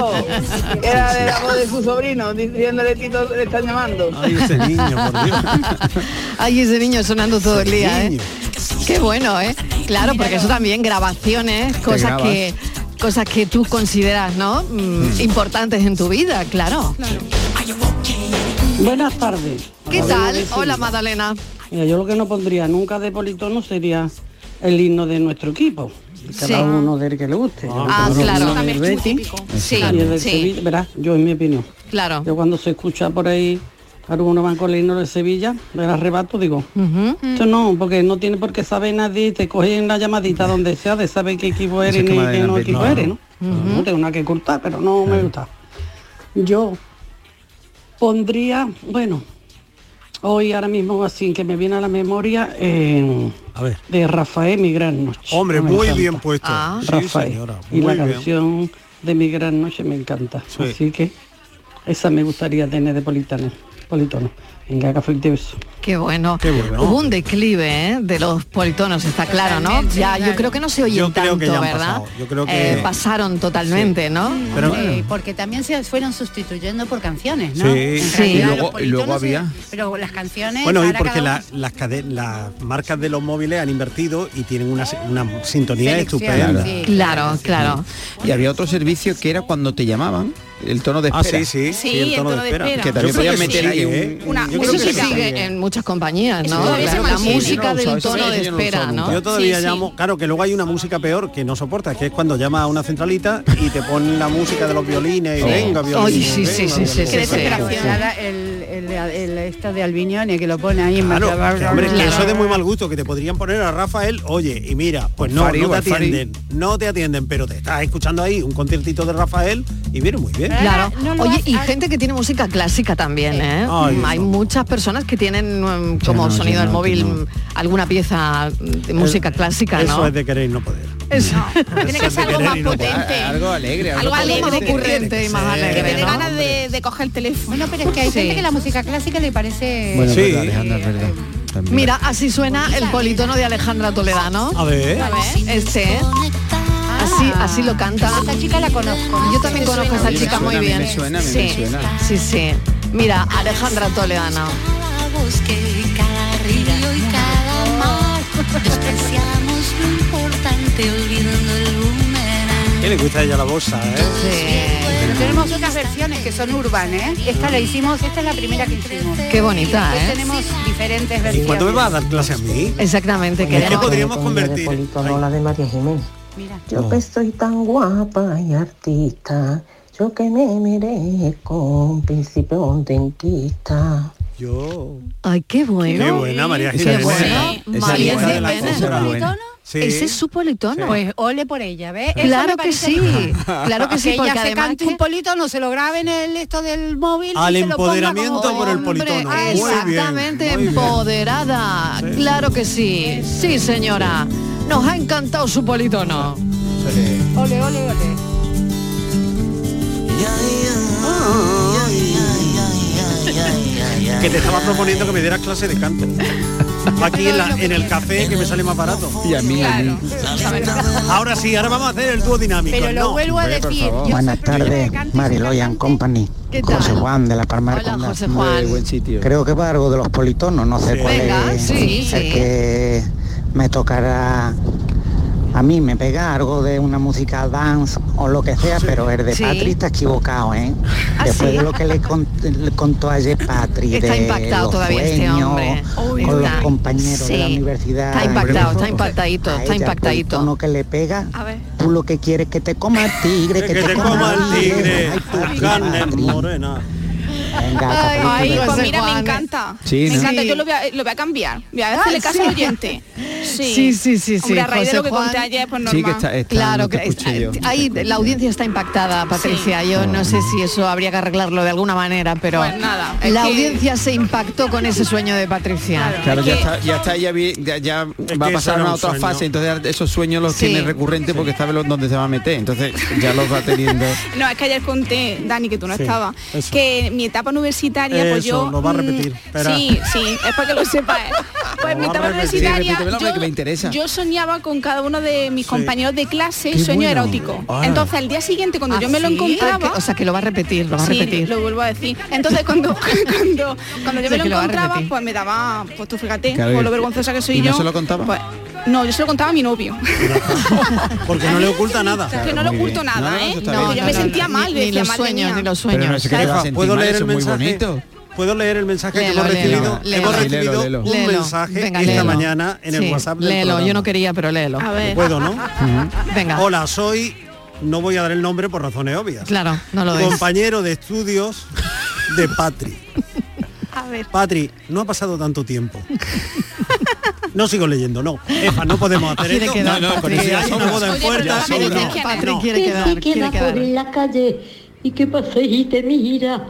Speaker 13: Era de la voz de su sobrino, diciéndole Tito, te están llamando.
Speaker 7: ese niño, por Dios.
Speaker 4: Ay, ese niño sonando todo el día, ¿eh? Qué bueno, ¿eh? Claro, porque eso también, grabaciones, cosas
Speaker 6: grabas.
Speaker 4: que cosas que tú consideras, ¿no? Mm, Importantes en tu vida, claro.
Speaker 10: Buenas tardes.
Speaker 4: ¿Qué
Speaker 10: Hola,
Speaker 4: tal?
Speaker 10: vecina.
Speaker 4: Hola, Magdalena.
Speaker 10: Mira, yo lo que no pondría nunca de politono sería el himno de nuestro equipo. Cada
Speaker 4: Sí.
Speaker 10: uno del que le guste. Yo
Speaker 4: Ah,
Speaker 10: pongo el
Speaker 4: claro.
Speaker 10: himno
Speaker 4: También
Speaker 10: del
Speaker 4: es muy
Speaker 10: Betis
Speaker 4: típico. Sí,
Speaker 10: y el del
Speaker 4: sí.
Speaker 10: Sevilla. Verás, yo en mi opinión.
Speaker 4: Claro.
Speaker 10: Yo cuando se escucha por ahí algunos bancoleros de Sevilla, del arrebato, digo, esto no, porque no tiene por qué saber nadie, te cogen la llamadita donde sea, de saber qué equipo
Speaker 14: Eso es
Speaker 10: eres
Speaker 14: que
Speaker 10: ni
Speaker 14: Madrid
Speaker 10: qué
Speaker 14: no
Speaker 10: no
Speaker 14: ha
Speaker 10: equipo
Speaker 14: pedido,
Speaker 10: eres, ¿no? No tengo nada que ocultar, pero no me gusta. Yo pondría, bueno, hoy ahora mismo así que me viene a la memoria eh,
Speaker 7: A ver.
Speaker 10: de Rafael Mi Gran Noche.
Speaker 7: Hombre,
Speaker 10: Me
Speaker 7: muy
Speaker 10: encanta.
Speaker 7: bien puesto. Ah. Sí,
Speaker 10: Rafael.
Speaker 7: señora,
Speaker 10: y la
Speaker 7: muy bien.
Speaker 10: canción de Mi Gran Noche me encanta. Así que esa me gustaría tener de Politano. Politono. Venga, café y beso.
Speaker 4: Qué bueno.
Speaker 10: Qué bueno.
Speaker 4: Hubo un declive ¿eh? de los politonos, está claro, ¿no?
Speaker 10: Totalmente,
Speaker 4: Ya, yo
Speaker 10: claro.
Speaker 4: creo que no se oyen
Speaker 7: Yo creo
Speaker 4: tanto,
Speaker 7: que ya han
Speaker 4: ¿verdad?
Speaker 7: pasado. Yo creo que-
Speaker 4: Eh, pasaron totalmente, ¿no?
Speaker 7: Pero-
Speaker 5: Sí, porque también se fueron sustituyendo por canciones, ¿no?
Speaker 7: Sí.
Speaker 5: En
Speaker 7: Sí.
Speaker 5: realidad
Speaker 7: Y luego-
Speaker 5: los
Speaker 7: y luego
Speaker 5: politonos se-
Speaker 7: había-
Speaker 5: Pero las canciones...
Speaker 7: Bueno, y
Speaker 5: ahora
Speaker 7: porque
Speaker 5: cada
Speaker 7: la- las, cade- las marcas de los móviles han invertido y tienen una, se- una sintonía
Speaker 6: Selección,
Speaker 7: estupenda.
Speaker 6: sí.
Speaker 4: Claro, claro.
Speaker 6: Y había otro servicio que era cuando te llamaban, el tono de
Speaker 7: Ah, sí,
Speaker 6: espera.
Speaker 7: sí,
Speaker 4: Sí, sí, el tono de espera.
Speaker 6: Que
Speaker 4: Yo
Speaker 6: también
Speaker 4: creo
Speaker 6: podías
Speaker 4: que
Speaker 6: meter
Speaker 4: sí,
Speaker 6: ahí
Speaker 4: ¿eh?
Speaker 6: un...
Speaker 4: Una-
Speaker 6: yo
Speaker 4: eso
Speaker 6: creo que
Speaker 4: se
Speaker 6: sí.
Speaker 4: sigue en muchas compañías,
Speaker 6: Eso
Speaker 4: ¿no?
Speaker 6: todavía se
Speaker 4: La, la
Speaker 6: mantiene.
Speaker 4: música
Speaker 6: Yo no lo
Speaker 4: del
Speaker 6: usaba, eso
Speaker 4: tono
Speaker 6: sí,
Speaker 4: de
Speaker 6: yo no lo
Speaker 4: espera,
Speaker 6: usaba
Speaker 4: ¿no?
Speaker 7: Yo todavía
Speaker 4: Sí, sí.
Speaker 7: llamo, claro que luego hay una música peor que no soporta, que es cuando llama a una centralita y te ponen la música de los violines y
Speaker 4: Sí.
Speaker 7: venga
Speaker 4: Ay,
Speaker 7: violín.
Speaker 4: sí, sí, sí,
Speaker 7: venga,
Speaker 4: sí,
Speaker 7: violín.
Speaker 4: sí, sí. Qué
Speaker 5: desesperación. El, el, el- esta de Albiñone que lo pone ahí en
Speaker 7: Claro,
Speaker 5: Barcelona.
Speaker 7: que, hombre, que eso es de muy mal gusto, que te podrían poner a Rafael, oye, y mira, pues no,
Speaker 6: Fari,
Speaker 7: no te
Speaker 6: igual, Fari.
Speaker 7: atienden, no te atienden, pero te estás escuchando ahí un conciertito de Rafael y viene muy bien.
Speaker 4: Claro. Oye, y gente que tiene música clásica también, ¿eh?
Speaker 7: Ay,
Speaker 4: Hay muchas personas que tienen mm, como
Speaker 7: no, ya
Speaker 4: sonido del
Speaker 7: no,
Speaker 4: móvil mm, alguna pieza de música clásica,
Speaker 7: Eso
Speaker 4: ¿no?
Speaker 7: es de querer y no poder.
Speaker 4: Eso.
Speaker 9: Tiene que ser algo más potente.
Speaker 6: Algo alegre,
Speaker 9: Algo alegre,
Speaker 4: más
Speaker 9: tiene que
Speaker 4: ocurrente y más alegre.
Speaker 9: Que te dé
Speaker 4: ¿no?
Speaker 9: ganas de, de coger el teléfono.
Speaker 5: Bueno, pero es que hay
Speaker 4: Sí.
Speaker 5: gente que la música clásica le parece...
Speaker 6: Bueno, pues
Speaker 7: Sí.
Speaker 4: pues
Speaker 6: es verdad, Alejandra, es verdad. También.
Speaker 4: Mira, así suena el politono de Alejandra Toledano.
Speaker 6: A ver.
Speaker 4: A ver, Este. ¿eh? Así, así lo canta. Esta chica la conozco. Yo también
Speaker 5: Me
Speaker 4: conozco a esta
Speaker 5: suena, me
Speaker 4: chica
Speaker 5: suena,
Speaker 4: muy
Speaker 5: a mí
Speaker 4: bien.
Speaker 5: me suena, a mí
Speaker 4: sí.
Speaker 5: me suena.
Speaker 4: sí, sí. Mira, Alejandra Toledano.
Speaker 15: busqué cada río y cada mar. Despreciamos lo importante olvidando el boomerang.
Speaker 7: ¿Qué le gusta a ella la bolsa, eh?
Speaker 5: Pero tenemos otras versiones que son urbanas, ¿eh? Esta la hicimos, esta es la primera que hicimos.
Speaker 4: Qué bonita,
Speaker 5: Y después
Speaker 4: ¿eh?
Speaker 5: tenemos diferentes
Speaker 7: ¿Y
Speaker 5: versiones.
Speaker 7: cuándo me vas a dar clase a mí?
Speaker 4: Exactamente,
Speaker 7: Es que
Speaker 4: queremos.
Speaker 7: podríamos convertir.
Speaker 16: Politono, la de María Jiménez. Yo que soy tan guapa y artista, yo que me merezco un principio un dentista.
Speaker 7: Yo.
Speaker 4: Ay, qué bueno.
Speaker 7: Qué buena, María
Speaker 4: Qué
Speaker 7: Jiménez.
Speaker 4: bueno.
Speaker 7: Esa
Speaker 4: María
Speaker 7: es buena de la
Speaker 4: Jiménez. ¿Ese
Speaker 7: consola.
Speaker 4: es politono?
Speaker 7: Sí.
Speaker 4: Ese es su politono.
Speaker 5: Pues ole por ella, ¿ves? Eso
Speaker 4: Claro
Speaker 5: me
Speaker 4: que
Speaker 5: parece
Speaker 4: sí,
Speaker 5: bien.
Speaker 4: claro que sí,
Speaker 5: ella
Speaker 4: porque
Speaker 5: se
Speaker 4: además
Speaker 5: cante un polito, no se lo graben el esto del móvil.
Speaker 7: Al
Speaker 5: y se lo ponga
Speaker 7: empoderamiento
Speaker 5: como-
Speaker 7: por el politono.
Speaker 5: Hombre,
Speaker 7: Muy bien,
Speaker 4: Exactamente,
Speaker 7: muy bien.
Speaker 4: empoderada. Claro que sí. Sí, señora. Nos ha encantado su politono.
Speaker 5: Ole, ole, ole.
Speaker 7: Que te estaba proponiendo que me dieras clase de canto. Aquí en, la- en el café que me sale más barato.
Speaker 6: Y a mí, a mí.
Speaker 7: Ahora sí, ahora vamos a hacer el dúo dinámico.
Speaker 5: Pero lo
Speaker 7: No,
Speaker 5: vuelvo a
Speaker 7: hombre, por
Speaker 5: decir,
Speaker 7: favor.
Speaker 17: Buenas tardes, Marilo y and Company.
Speaker 4: ¿Qué tal?
Speaker 17: José Juan de la Palma de Conda.
Speaker 4: José Juan. Hombre, buen
Speaker 6: sitio.
Speaker 17: Creo que va algo de los politonos, no sé
Speaker 4: Sí.
Speaker 17: cuál
Speaker 4: Venga,
Speaker 17: es
Speaker 4: sí,
Speaker 17: el
Speaker 4: sí.
Speaker 17: que me tocará. A mí me pega algo de una música dance o lo que sea, pero el de
Speaker 4: Sí.
Speaker 17: Patri está equivocado, ¿eh?
Speaker 4: ¿Ah,
Speaker 17: Después
Speaker 4: sí?
Speaker 17: de lo que le, con- le contó ayer Patri,
Speaker 4: Está
Speaker 17: de
Speaker 4: impactado
Speaker 17: los
Speaker 4: todavía este
Speaker 17: sueños,
Speaker 4: hombre. Uy,
Speaker 17: con los
Speaker 4: está-
Speaker 17: compañeros de la
Speaker 4: sí.
Speaker 17: universidad.
Speaker 4: Está impactado, está impactadito,
Speaker 17: A
Speaker 4: está
Speaker 17: ella,
Speaker 4: impactadito.
Speaker 17: El tono que le pega, tú lo que quieres es que te coma el tigre,
Speaker 7: Que te coma el tigre, tu carne morena.
Speaker 9: Ay,
Speaker 4: José
Speaker 9: pues mira, me
Speaker 4: Juan.
Speaker 9: encanta. me
Speaker 7: Sí, ¿no?
Speaker 9: encanta,
Speaker 4: Sí.
Speaker 9: yo lo voy a, lo voy a cambiar. Voy a
Speaker 4: Ah,
Speaker 9: hacerle caso
Speaker 4: sí.
Speaker 9: al oyente. Sí,
Speaker 4: Sí, sí, sí, sí.
Speaker 9: Hombre, a raíz de
Speaker 4: José
Speaker 9: lo que conté
Speaker 4: Juan.
Speaker 9: ayer, pues normal.
Speaker 6: Sí, que está, está
Speaker 4: Claro,
Speaker 6: no te
Speaker 4: que
Speaker 6: escuché yo.
Speaker 4: está- ahí la audiencia está impactada, Patricia. Yo no sé si eso habría que arreglarlo de alguna manera, pero
Speaker 9: Pues nada, es
Speaker 4: la
Speaker 9: que-
Speaker 4: audiencia se impactó con ese sueño de Patricia.
Speaker 6: Claro, ya está, ya está, ya, vi- ya- ya va a
Speaker 7: que
Speaker 6: pasar
Speaker 7: eso
Speaker 6: a
Speaker 7: era
Speaker 6: una
Speaker 7: un
Speaker 6: otra
Speaker 7: sueño.
Speaker 6: fase, entonces esos sueños los
Speaker 4: Sí.
Speaker 6: tiene recurrente porque sabe lo- dónde se va a meter, entonces ya los va teniendo.
Speaker 9: No, es que ayer conté, Dani, que tú no
Speaker 6: Sí,
Speaker 9: estabas,
Speaker 6: eso.
Speaker 9: que mi etapa universitaria, pues
Speaker 6: Eso,
Speaker 9: yo...
Speaker 6: lo va a
Speaker 9: mm,
Speaker 6: repetir, espera.
Speaker 9: Sí, sí, es para que lo sepas. Pues
Speaker 6: Lo
Speaker 9: mi
Speaker 6: va a
Speaker 9: etapa
Speaker 6: repetir. Sí,
Speaker 9: universitaria,
Speaker 6: repítemelo,
Speaker 9: yo,
Speaker 6: hombre, que me interesa.
Speaker 9: yo soñaba con cada uno de mis compañeros de clase
Speaker 4: Qué
Speaker 9: sueño
Speaker 4: bueno.
Speaker 9: erótico.
Speaker 4: Ah.
Speaker 9: Entonces, al día siguiente, cuando
Speaker 4: ¿Ah,
Speaker 9: yo me lo
Speaker 4: sí?
Speaker 9: encontraba...
Speaker 4: Ah, que- o sea, que lo va a repetir, lo va a
Speaker 9: Sí,
Speaker 4: repetir.
Speaker 9: lo vuelvo a decir. Entonces cuando cuando, cuando yo
Speaker 4: Sí,
Speaker 9: me lo
Speaker 4: que lo va a
Speaker 9: encontraba,
Speaker 4: repetir.
Speaker 9: pues me daba, pues tú fíjate,
Speaker 6: Claro,
Speaker 9: por
Speaker 6: y-
Speaker 9: lo vergonzosa que soy
Speaker 6: ¿y no
Speaker 9: yo.
Speaker 6: se lo contaba?
Speaker 9: pues, no, yo se lo contaba a mi novio.
Speaker 7: Porque no le oculta
Speaker 6: Ah,
Speaker 7: nada.
Speaker 9: que no le oculto nada, ¿eh? Porque yo me sentía mal,
Speaker 4: ni, ni
Speaker 9: decía,
Speaker 4: los
Speaker 9: madre
Speaker 4: sueños,
Speaker 9: mía.
Speaker 4: ni los sueños.
Speaker 7: Jefa, ¿puedo leer el
Speaker 6: eso es muy
Speaker 7: mensaje?
Speaker 6: bonito.
Speaker 7: Puedo leer el mensaje
Speaker 4: Léelo,
Speaker 7: que hemos
Speaker 4: léelo,
Speaker 7: recibido.
Speaker 4: léelo.
Speaker 7: hemos recibido
Speaker 4: Léelo, léelo.
Speaker 7: un
Speaker 4: Léelo.
Speaker 7: mensaje
Speaker 4: Venga,
Speaker 7: esta
Speaker 4: léelo.
Speaker 7: mañana en
Speaker 4: Sí,
Speaker 7: el WhatsApp del
Speaker 4: Léelo,
Speaker 7: programa.
Speaker 4: yo no quería, pero léelo.
Speaker 7: Puedo, ¿no?
Speaker 4: Venga.
Speaker 7: Hola, soy no voy a dar el nombre por razones obvias.
Speaker 4: Claro, no lo es.
Speaker 7: Compañero de estudios de Patri.
Speaker 8: A ver.
Speaker 7: Patri, no ha pasado tanto tiempo. No sigo leyendo, no. Efa, no podemos hacer
Speaker 4: Quiere
Speaker 7: esto.
Speaker 4: quedar,
Speaker 7: no, no,
Speaker 4: Patri.
Speaker 7: pero si hay una boda en
Speaker 4: Oye, pero
Speaker 7: puerta,
Speaker 4: Patri,
Speaker 7: seguro.
Speaker 4: ¿quién- Patri,
Speaker 7: No.
Speaker 4: quiere
Speaker 14: Que
Speaker 4: quedar,
Speaker 14: se
Speaker 4: quiere
Speaker 14: queda
Speaker 4: quedar.
Speaker 14: por en la calle y que pasa y te mira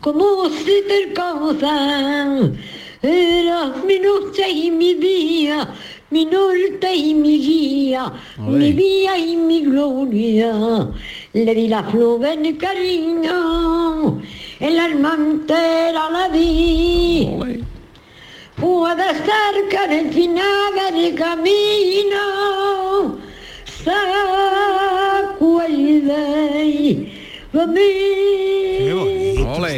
Speaker 14: como si te causan. Eras mi noche y mi día, mi norte y mi guía, mi día y mi gloria. Le di la flor de mi cariño, el alma entera la di. Puede ser que en el final del camino se acuerde de mí. este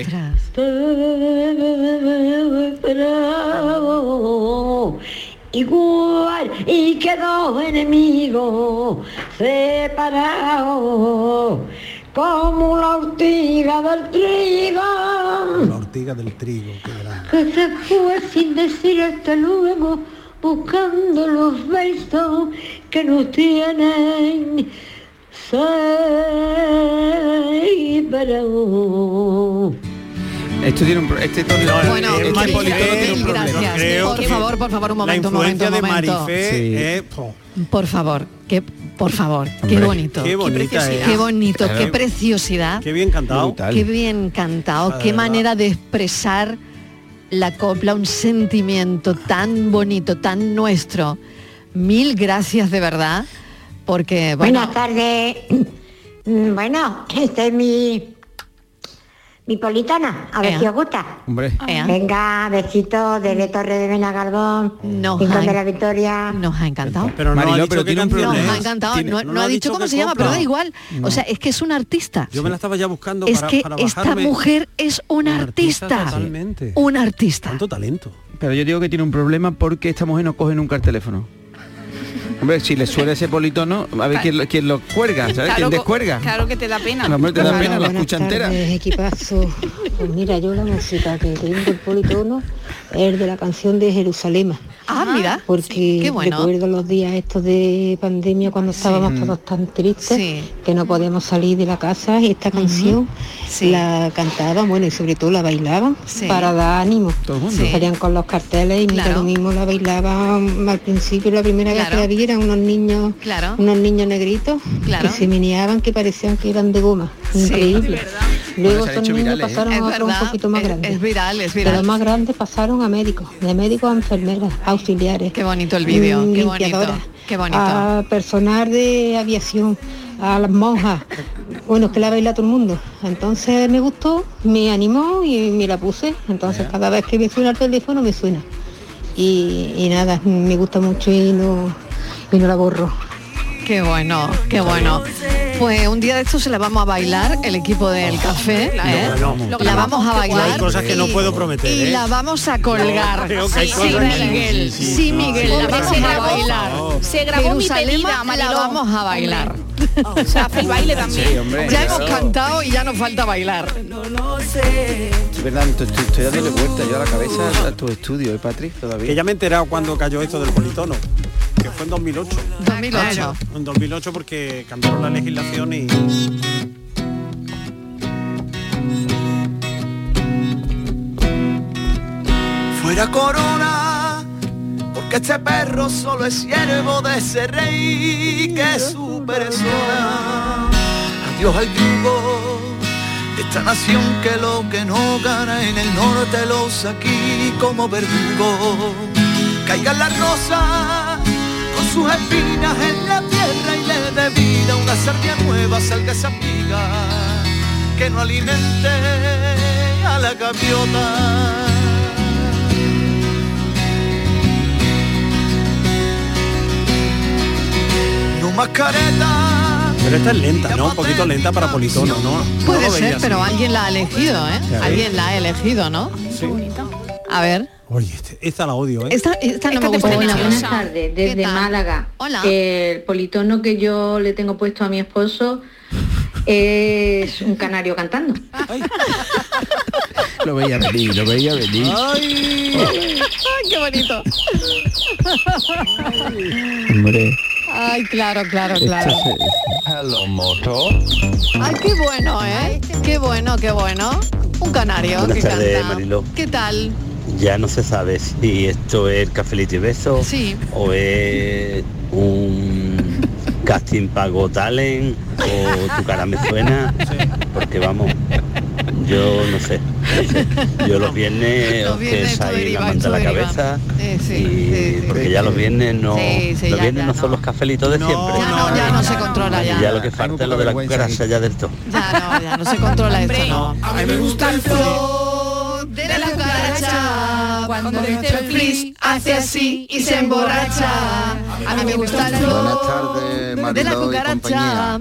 Speaker 14: Pero Igual y quedó enemigo separado como la ortiga del trigo
Speaker 7: La ortiga del trigo, qué grande.
Speaker 14: que se fue sin decir hasta luego, buscando los versos que nos tienen separados.
Speaker 6: Esto tiene un pro- este tono-
Speaker 4: Bueno,
Speaker 6: este
Speaker 4: Marifé,
Speaker 6: politono tiene un problema.
Speaker 4: gracias. por favor, por favor, un momento, un momento, un momento.
Speaker 6: Eh,
Speaker 7: eh,
Speaker 4: Por favor, que, por favor, qué
Speaker 7: Hombre,
Speaker 4: bonito.
Speaker 7: qué bonita
Speaker 4: preciosidad.
Speaker 7: es.
Speaker 4: Qué bonito,
Speaker 7: Claro.
Speaker 4: qué preciosidad.
Speaker 7: Qué bien cantado. Brutal.
Speaker 4: Qué bien cantado,
Speaker 7: Ah, de
Speaker 4: qué
Speaker 7: verdad.
Speaker 4: manera de expresar la copla, un sentimiento tan bonito, tan nuestro. Mil gracias de verdad, porque bueno,
Speaker 14: Buenas tardes. Mm, Bueno, este es mi mi politona, a ver
Speaker 4: Ea.
Speaker 14: si os gusta.
Speaker 6: Hombre.
Speaker 4: Ea.
Speaker 14: Venga, besito desde Torre de Benagalbón,
Speaker 4: Nos
Speaker 14: Rincón
Speaker 4: ha-
Speaker 14: de la Victoria.
Speaker 4: Nos ha encantado.
Speaker 7: Pero no ha dicho qué canción
Speaker 4: Nos
Speaker 7: es.
Speaker 4: ha encantado.
Speaker 7: Tiene-
Speaker 4: no, no ha dicho cómo
Speaker 7: qué
Speaker 4: se llama, pero
Speaker 7: copla.
Speaker 4: da igual. O sea, es que es un artista.
Speaker 7: Yo me la estaba ya buscando
Speaker 4: es
Speaker 7: para,
Speaker 4: que
Speaker 7: para
Speaker 4: esta
Speaker 7: bajarme.
Speaker 4: mujer es una artista.
Speaker 7: totalmente.
Speaker 4: Un artista.
Speaker 7: Tanto talento.
Speaker 6: Pero yo digo que tiene un problema porque esta mujer no coge nunca el teléfono. Hombre, si le suele ese politono, a ver quién lo, quién lo cuelga, ¿sabes? ¿Quién
Speaker 8: co-
Speaker 6: descuelga?
Speaker 8: Claro que te da pena.
Speaker 6: La mujer te da
Speaker 8: Claro.
Speaker 6: pena, la escucha
Speaker 14: Buenas
Speaker 6: entera.
Speaker 14: tardes, equipazo. Pues mira, yo la música que tengo el politono es de la canción de Jerusalén.
Speaker 4: Ah, mira.
Speaker 14: Porque
Speaker 4: qué bueno.
Speaker 14: recuerdo los días estos de pandemia cuando
Speaker 6: Mm.
Speaker 14: estábamos todos tan tristes que no podíamos salir de la casa y esta canción la cantaban, bueno, y sobre todo la bailaban
Speaker 4: Sí.
Speaker 14: para dar ánimo.
Speaker 4: mundo.
Speaker 14: Se
Speaker 4: Sí.
Speaker 14: Salían con los carteles y mira,
Speaker 4: Claro.
Speaker 14: lo mismo la bailaban al principio, la primera vez que
Speaker 4: Claro.
Speaker 14: la vi eran unos niños,
Speaker 4: Claro.
Speaker 14: unos niños negritos
Speaker 4: Claro.
Speaker 14: que se meneaban que parecían que eran de goma.
Speaker 4: Sí.
Speaker 14: Increíble.
Speaker 4: De verdad.
Speaker 14: Luego
Speaker 4: Bueno, se han
Speaker 14: estos
Speaker 4: hecho
Speaker 14: niños
Speaker 4: virales, ¿eh?
Speaker 14: pasaron
Speaker 4: Es
Speaker 14: a otro un
Speaker 4: verdad,
Speaker 14: poquito más
Speaker 4: es-
Speaker 14: grande.
Speaker 4: es viral, es
Speaker 14: De
Speaker 4: viral.
Speaker 14: los más grandes pasaron a médicos, de médicos a enfermeras, auxiliares.
Speaker 4: Qué bonito el vídeo,
Speaker 14: mm,
Speaker 4: qué bonito,
Speaker 14: limpiadoras,
Speaker 4: qué bonito.
Speaker 14: A personal de aviación, a las monjas. Bueno, es que la baila todo el mundo. Entonces me gustó, me animó y me la puse. Entonces cada vez que me suena el teléfono me suena. Y, y nada, me gusta mucho y no, y no la borro.
Speaker 4: Qué bueno, qué bueno. Pues un día de esto se la vamos a bailar, el equipo del café. ¿eh?
Speaker 7: grabamos. Lo
Speaker 4: La vamos a
Speaker 7: grabamos, qué
Speaker 4: bailar.
Speaker 7: guay. Hay cosas que no
Speaker 4: y-
Speaker 7: puedo prometer,
Speaker 4: Y
Speaker 7: ¿eh?
Speaker 4: la vamos a colgar.
Speaker 7: creo que hay
Speaker 4: sí,
Speaker 7: cosas que-
Speaker 4: Miguel.
Speaker 7: sí, sí,
Speaker 4: Sí,
Speaker 7: no,
Speaker 4: Miguel,
Speaker 7: sí, Oh.
Speaker 4: la
Speaker 7: hombre,
Speaker 4: vamos
Speaker 7: se
Speaker 4: a
Speaker 7: grabó,
Speaker 4: bailar.
Speaker 8: se grabó mi
Speaker 4: Jerusalén
Speaker 8: pedida,
Speaker 4: la
Speaker 8: Mariló.
Speaker 4: vamos a bailar.
Speaker 8: O sea, hace el baile también.
Speaker 6: Sí, hombre,
Speaker 4: ya hemos
Speaker 6: claro.
Speaker 4: cantado y ya nos falta bailar.
Speaker 6: Es verdad, estoy, estoy- estoy dándole vuelta yo a la cabeza a tu estudio, ¿eh, Patrick?
Speaker 7: Que
Speaker 6: Todavía.
Speaker 7: ya me he enterado cuando cayó esto del politono. Que fue en 2008.
Speaker 4: 2008.
Speaker 7: En 2008 porque cambiaron la legislación y...
Speaker 18: fuera corona, porque este perro solo es siervo de ese rey que es su persona. Adiós al yugo de esta nación que lo que no gana en el norte los aquí como verdugo. Caigan las rosas con sus espinas en la tierra y le dé vida una sardia nueva, salga esa piga que no alimente a la gaviota. No más careta.
Speaker 7: Pero esta es lenta, ¿no? Un poquito lenta para politono, ¿no? No
Speaker 4: Puede
Speaker 7: lo
Speaker 4: ser,
Speaker 7: veía así.
Speaker 4: pero alguien la ha elegido, ¿eh?
Speaker 7: Sí.
Speaker 4: Alguien la ha elegido, ¿no?
Speaker 7: Sí.
Speaker 4: A ver.
Speaker 7: Oye, este- esta la odio, ¿eh?
Speaker 4: Esta, esta no me gusta.
Speaker 19: Hola,
Speaker 4: mucho.
Speaker 19: buenas tardes, desde Málaga. Eh, El politono que yo le tengo puesto a mi esposo es un canario cantando.
Speaker 6: Lo veía venir, lo veía venir.
Speaker 4: ¡Ay! ¡Qué bonito!
Speaker 6: Hombre.
Speaker 4: Ay, claro, claro, claro.
Speaker 20: Hello, moto.
Speaker 4: Ay, qué bueno, ¿eh? Qué bueno, qué bueno. Un canario
Speaker 20: Buenas
Speaker 4: que
Speaker 20: tardes,
Speaker 4: canta.
Speaker 20: Mariló.
Speaker 4: ¿Qué tal?
Speaker 20: Ya no se sabe si esto es el cafelito y beso
Speaker 4: Sí.
Speaker 20: o es un casting pago talent o tu cara me suena. Porque vamos, yo no sé. no sé. Yo los viernes
Speaker 4: Los
Speaker 20: os
Speaker 4: viernes
Speaker 20: quedáis
Speaker 4: esto
Speaker 20: ahí la
Speaker 4: deriva,
Speaker 20: manta
Speaker 4: esto
Speaker 20: a la
Speaker 4: deriva.
Speaker 20: cabeza.
Speaker 4: Eh, sí, sí, sí.
Speaker 20: Porque ya los viernes no,
Speaker 4: Sí, sí,
Speaker 20: los
Speaker 4: ya,
Speaker 20: viernes
Speaker 4: ya
Speaker 20: no son los cafelitos de siempre.
Speaker 4: Ya no, ya no se controla ya.
Speaker 20: Ya lo que falta es lo de la cucaracha ya del todo.
Speaker 4: Ya no, ya no se controla esto, no.
Speaker 20: A mí me gusta el flow.
Speaker 4: De la cucaracha, cuando este flis hace así y se emborracha. A mí me gusta el
Speaker 21: Buenas
Speaker 4: flow
Speaker 21: tardes,
Speaker 4: de la
Speaker 21: Mariló y compañía.
Speaker 4: cucaracha.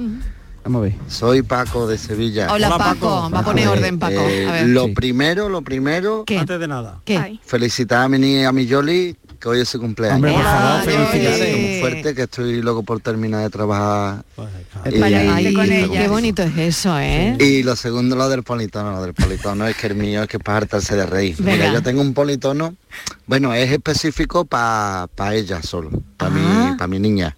Speaker 21: Soy Paco de Sevilla. Eh,
Speaker 4: Hola, Hola, Paco. Paco. Va a poner orden, Paco. A ver.
Speaker 21: Lo
Speaker 4: Sí.
Speaker 21: primero, lo primero.
Speaker 22: Antes de nada.
Speaker 4: ¿Qué?
Speaker 21: Felicitar a mi niña y a mi Yoli, que hoy es su cumpleaños.
Speaker 22: Hombre, por favor, Ay.
Speaker 4: felicidades.
Speaker 21: Muy fuerte, que estoy loco por terminar de trabajar.
Speaker 22: Pues,
Speaker 21: Y-
Speaker 4: Ay, qué bonito es eso, ¿eh?
Speaker 21: Y lo segundo, lo del politono, lo del politono es que el mío es que es para hartarse de reír.
Speaker 4: Venga.
Speaker 21: Mira, yo tengo un politono, bueno, es específico para ella solo, para
Speaker 4: Ah.
Speaker 21: mi, pa' mi niña.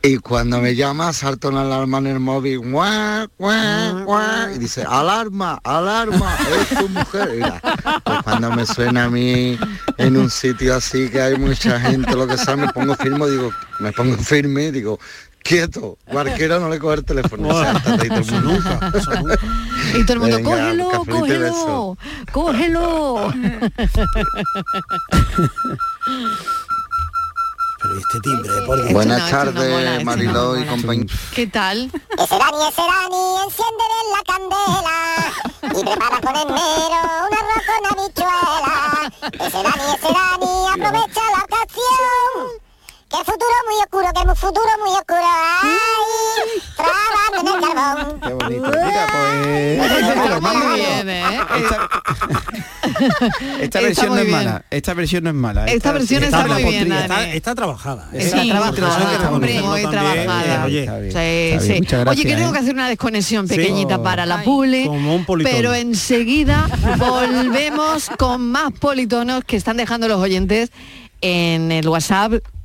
Speaker 21: Y cuando me llama, salta una alarma en el móvil, guau, guau, guau, y dice, alarma, alarma, es tu mujer. Mira, pues cuando me suena a mí en un sitio así que hay mucha gente, lo que sea, me pongo firme, digo, me pongo firme, digo, quieto, barquero no le coge el teléfono. O sea, hasta ahí todo el mundo.
Speaker 4: Y todo el mundo,
Speaker 21: Venga,
Speaker 4: cógelo,
Speaker 21: cafelito y
Speaker 4: cógelo, cógelo.
Speaker 22: Pero ¿y este timbre, por Dios.
Speaker 21: Buenas tardes, Mariló y compañía.
Speaker 4: ¿Qué tal?
Speaker 13: Ese Dani, ese Dani, enciende la candela y prepara con enero un arroz con habichuela. Ese Dani, ese Dani, aprovecha la ocasión. Que el futuro muy oscuro, que el futuro muy oscuro. Ay, trabajando en el carbón.
Speaker 6: Qué bonito. Mira, pues. Esta
Speaker 4: ¿eh? Está
Speaker 6: versión
Speaker 4: muy
Speaker 6: no es
Speaker 4: bien.
Speaker 6: mala. Esta versión no es mala.
Speaker 4: Esta versión está muy bien, Dani.
Speaker 22: Está, está trabajada.
Speaker 7: ¿eh?
Speaker 4: Está trabajada, hombre, muy trabajada.
Speaker 22: oye.
Speaker 4: Sí,
Speaker 22: Está bien.
Speaker 4: sí.
Speaker 22: Muchas gracias,
Speaker 4: Oye, que tengo
Speaker 22: ¿eh?
Speaker 4: que hacer una desconexión
Speaker 22: Sí.
Speaker 4: pequeñita
Speaker 22: Oh.
Speaker 4: para la pule,
Speaker 22: Como un politono.
Speaker 4: pero enseguida volvemos con más politonos que están dejando los oyentes en el WhatsApp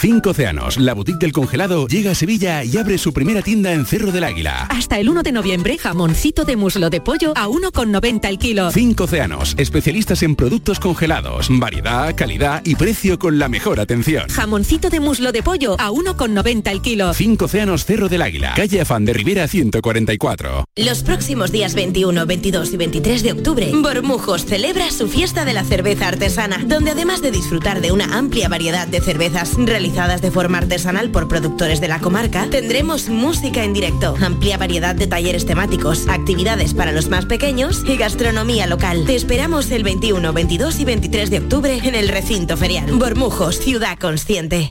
Speaker 23: Cinco Océanos, la boutique del congelado, llega a Sevilla y abre su primera tienda en Cerro del Águila.
Speaker 24: Hasta el 1 de noviembre, jamoncito de muslo de pollo a 1,90 el kilo.
Speaker 23: Cinco Océanos, especialistas en productos congelados, variedad, calidad y precio con la mejor atención.
Speaker 24: Jamoncito de muslo de pollo a 1,90 el kilo.
Speaker 23: Cinco Océanos Cerro del Águila, calle Afán de Rivera 144.
Speaker 25: Los próximos días 21, 22 y 23 de octubre, Bormujos celebra su fiesta de la cerveza artesana, donde además de disfrutar de una amplia variedad de cervezas realizadas de forma artesanal por productores de la comarca, tendremos música en directo, amplia variedad de talleres temáticos, actividades para los más pequeños y gastronomía local. Te esperamos el 21, 22 y 23 de octubre en el recinto ferial. Bormujos, ciudad consciente.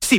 Speaker 26: Si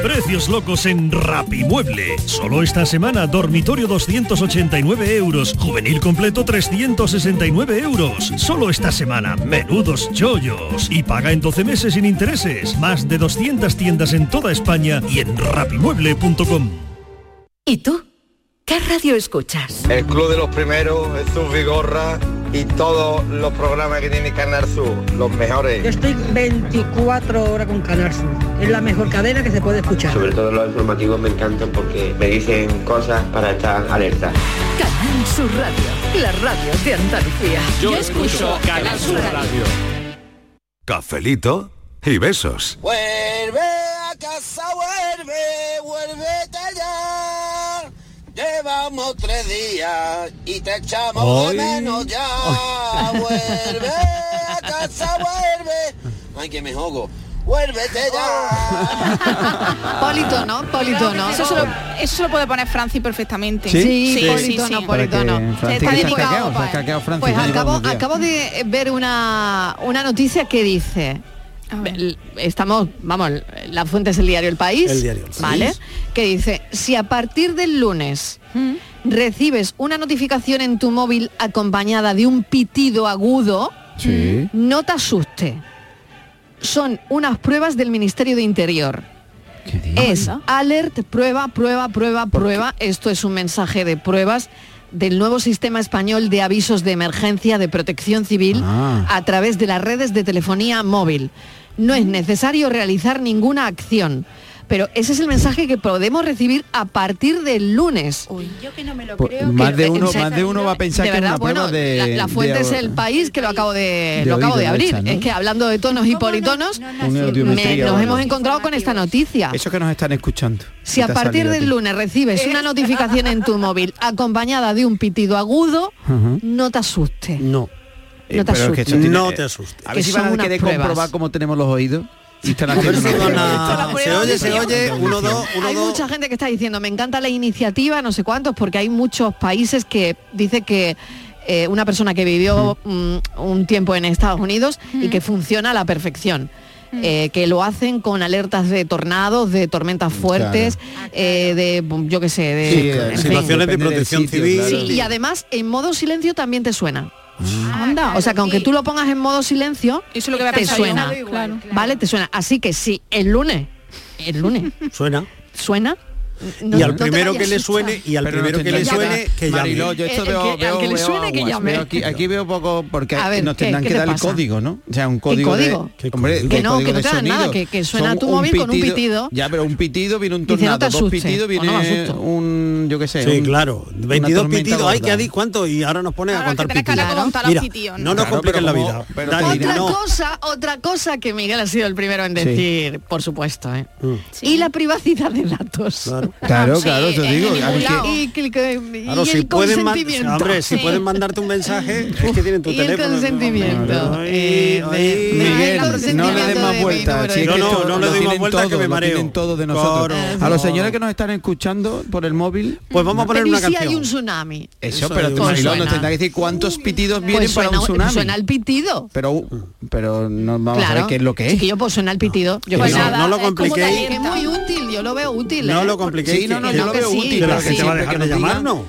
Speaker 7: Precios locos en Rapimueble. Solo esta semana, dormitorio 289 euros, juvenil completo 369 euros. Solo esta semana, menudos chollos. Y paga en 12 meses sin intereses. Más de 200 tiendas en toda España y en rapimueble.com.
Speaker 25: ¿Y tú?
Speaker 2: ¿Qué radio escuchas?
Speaker 5: El Club de los Primeros, Jesús Vigorra y todos los programas que tiene Canal Sur, los mejores.
Speaker 8: Yo estoy 24 horas con Canal Sur. Es la mejor cadena que se puede escuchar.
Speaker 9: Sobre todo los informativos me encantan porque me dicen cosas para estar alerta.
Speaker 2: Canal Sur Radio, la radio de Andalucía.
Speaker 11: Yo escucho Canal Sur Radio.
Speaker 3: Cafelito y besos.
Speaker 12: Vuelve a casa, vuelve, vuelvete ya. Llevamos tres días y te echamos
Speaker 13: Hoy-
Speaker 12: de menos ya. Vuelve a casa, vuelve. Ay, que me jogo. Vuélvete ya.
Speaker 4: Politono, politono.
Speaker 10: Eso se, lo, eso se lo puede poner Franci perfectamente.
Speaker 6: ¿Sí?
Speaker 4: Sí, politono, politono.
Speaker 6: Para que-
Speaker 4: Está
Speaker 6: Francis, que
Speaker 4: dedicado
Speaker 6: estás
Speaker 4: para
Speaker 6: caqueado, estás caqueado, Francis,
Speaker 4: Pues
Speaker 6: no llevamos
Speaker 4: acabo,
Speaker 6: días.
Speaker 4: acabo de ver una, una noticia que dice. el- Estamos, vamos, la fuente es el diario El País.
Speaker 14: El diario El País.
Speaker 4: ¿Vale? Que dice, si a partir del lunes recibes una notificación en tu móvil acompañada de un pitido agudo,
Speaker 6: Sí.
Speaker 4: no te asuste. Son unas pruebas del Ministerio de Interior. Es alert, prueba, prueba, prueba, prueba. Esto es un mensaje de pruebas del nuevo sistema español de avisos de emergencia de protección civil
Speaker 15: Ah.
Speaker 4: a través de las redes de telefonía móvil. No es necesario realizar ninguna acción. Pero ese es el mensaje que podemos recibir a partir del lunes.
Speaker 10: yo que no me lo
Speaker 6: Pues, más de uno, más de uno va Pues a pensar
Speaker 4: De
Speaker 6: que es
Speaker 4: verdad,
Speaker 6: una
Speaker 4: bueno,
Speaker 6: prueba de
Speaker 4: la, la fuente
Speaker 6: de-
Speaker 4: es el país que lo acabo de,
Speaker 6: de
Speaker 4: lo acabo de
Speaker 6: oído,
Speaker 4: abrir.
Speaker 6: hecha, ¿no?
Speaker 4: Es que hablando de tonos y politonos,
Speaker 6: Un audiometría
Speaker 4: me-
Speaker 6: o
Speaker 4: nos
Speaker 6: algo.
Speaker 4: hemos encontrado con esta noticia.
Speaker 6: Eso que nos están escuchando.
Speaker 4: Si a
Speaker 6: Te ha
Speaker 4: partir
Speaker 6: salido a
Speaker 4: del
Speaker 6: ti.
Speaker 4: lunes recibes una notificación en tu móvil acompañada de un pitido agudo,
Speaker 6: Ajá.
Speaker 4: no te asustes.
Speaker 6: No. Eh,
Speaker 4: No te asustes. No te
Speaker 7: asustes.
Speaker 6: A
Speaker 4: Que
Speaker 6: ver si
Speaker 4: son
Speaker 6: van a
Speaker 4: unas
Speaker 6: querer
Speaker 4: pruebas.
Speaker 6: comprobar cómo tenemos los oídos. Y están
Speaker 7: A ver
Speaker 6: haciendo
Speaker 7: si
Speaker 6: una
Speaker 7: van a-
Speaker 6: prueba.
Speaker 7: Esta es la se prueba oye, de se audición. oye, uno, dos, uno,
Speaker 4: hay
Speaker 7: dos.
Speaker 4: mucha gente que está diciendo, me encanta la iniciativa, no sé cuántos, porque hay muchos países que dice que eh, una persona que vivió mm, un tiempo en Estados Unidos y que funciona a la perfección. eh, que lo hacen con alertas de tornados, de tormentas fuertes, eh, de mm, yo qué sé, de
Speaker 7: Sí,
Speaker 4: en
Speaker 7: eh,
Speaker 4: fin.
Speaker 7: situaciones de protección civil.
Speaker 4: Sí, y además en modo silencio también te suena. Anda, o sea que aunque tú lo pongas en modo silencio,
Speaker 10: Eso es lo que había
Speaker 4: te
Speaker 10: pensado yo.
Speaker 4: suena.
Speaker 10: Claro, igual, claro.
Speaker 4: Vale, te suena. Así que sí, el lunes, el lunes,
Speaker 7: Suena.
Speaker 4: ¿suena? No-
Speaker 7: y al
Speaker 4: no te
Speaker 7: primero
Speaker 4: vayas
Speaker 7: que le
Speaker 4: a asustar.
Speaker 7: suene y al
Speaker 6: Pero no
Speaker 7: primero que le
Speaker 6: tendrán
Speaker 7: suene
Speaker 6: dar-
Speaker 7: que llame.
Speaker 6: Mariló, yo esto
Speaker 4: El- el
Speaker 6: veo,
Speaker 4: que- al
Speaker 6: veo-
Speaker 4: que le
Speaker 6: veo
Speaker 4: suene, que
Speaker 6: aguas,
Speaker 4: llame.
Speaker 6: veo aquí, aquí veo poco porque
Speaker 4: A ver,
Speaker 6: nos
Speaker 4: ¿qué-
Speaker 6: tendrán
Speaker 4: qué
Speaker 6: que
Speaker 4: te
Speaker 6: dar
Speaker 4: pasa?
Speaker 6: el código, ¿no? O sea, un código de-
Speaker 4: código?
Speaker 6: hombre,
Speaker 4: Que
Speaker 6: de
Speaker 4: no,
Speaker 6: código
Speaker 4: que no
Speaker 6: de
Speaker 4: te dan nada,
Speaker 6: sonido.
Speaker 4: que- que suena
Speaker 6: Son
Speaker 4: tu móvil con un pitido.
Speaker 6: Ya, pero un pitido viene un
Speaker 4: Dice, no
Speaker 6: tornado,
Speaker 4: te
Speaker 6: dos
Speaker 4: asustes,
Speaker 6: pitidos
Speaker 4: o no me
Speaker 6: viene
Speaker 4: asusto.
Speaker 6: un yo qué sé,
Speaker 7: Sí,
Speaker 6: un-
Speaker 7: claro.
Speaker 6: una
Speaker 7: 22
Speaker 6: tormenta
Speaker 7: pitidos. Hay
Speaker 6: gorda.
Speaker 7: que adi cuánto y ahora nos ponen a contar pitidos.
Speaker 10: cara como contar los
Speaker 7: Mira,
Speaker 10: pitidos, ¿no?
Speaker 7: no nos
Speaker 6: Claro,
Speaker 7: compliquen la
Speaker 6: pero
Speaker 7: vida.
Speaker 6: como- pero
Speaker 7: Dani,
Speaker 6: como-
Speaker 4: Otra
Speaker 7: no.
Speaker 4: cosa, otra cosa que Miguel ha sido el primero en
Speaker 6: Sí.
Speaker 4: decir, por supuesto, ¿eh?
Speaker 7: Mm.
Speaker 4: y la privacidad de datos.
Speaker 6: Claro, claro, yo digo, a mí que-
Speaker 4: Y, que- que- y
Speaker 7: Claro,
Speaker 4: el
Speaker 7: si pueden, man-
Speaker 4: consentimiento.
Speaker 7: hombre, si pueden mandarte un mensaje, es que tienen tu
Speaker 4: Y el
Speaker 7: teléfono.
Speaker 4: consentimiento. Eh,
Speaker 7: Ay, ay.
Speaker 6: Miguel, no le des más vueltas. si es
Speaker 7: No,
Speaker 6: que
Speaker 7: no,
Speaker 6: esto
Speaker 7: no le
Speaker 6: lo
Speaker 7: doy más
Speaker 6: tienen
Speaker 7: vueltas que
Speaker 6: todo,
Speaker 7: me
Speaker 6: lo
Speaker 7: mareo.
Speaker 6: tienen todo de nosotros.
Speaker 7: Claro.
Speaker 6: a los
Speaker 7: No.
Speaker 6: señores que nos están escuchando por el móvil,
Speaker 7: pues vamos a poner
Speaker 4: Pero
Speaker 7: una
Speaker 4: ¿y si hay
Speaker 7: canción.
Speaker 4: un tsunami?
Speaker 6: Eso,
Speaker 7: Eso
Speaker 6: pero
Speaker 7: es
Speaker 6: tú,
Speaker 7: un
Speaker 6: Mariló, nos
Speaker 7: suena.
Speaker 6: tendrá que decir cuántos pitidos
Speaker 4: Pues
Speaker 6: vienen para
Speaker 4: suena,
Speaker 6: un tsunami.
Speaker 4: suena el pitido.
Speaker 6: Pero, pero no vamos a ver
Speaker 4: Claro.
Speaker 6: qué es lo que es.
Speaker 4: Chiquillo, pues suena el pitido. Yo
Speaker 6: Pues
Speaker 4: creo que
Speaker 6: nada,
Speaker 7: no lo
Speaker 4: es como
Speaker 7: compliquéis.
Speaker 4: tal, que Es muy útil, yo lo veo útil.
Speaker 7: No
Speaker 4: ¿eh?
Speaker 7: lo compliquéis.
Speaker 6: Sí, no, no,
Speaker 7: que-
Speaker 6: yo lo
Speaker 7: que
Speaker 6: veo
Speaker 7: sí,
Speaker 6: útil.
Speaker 7: que
Speaker 6: pero
Speaker 7: la
Speaker 6: que
Speaker 7: gente
Speaker 6: siempre
Speaker 7: va a dejar
Speaker 6: que
Speaker 7: de
Speaker 6: nos digan
Speaker 7: llamarnos.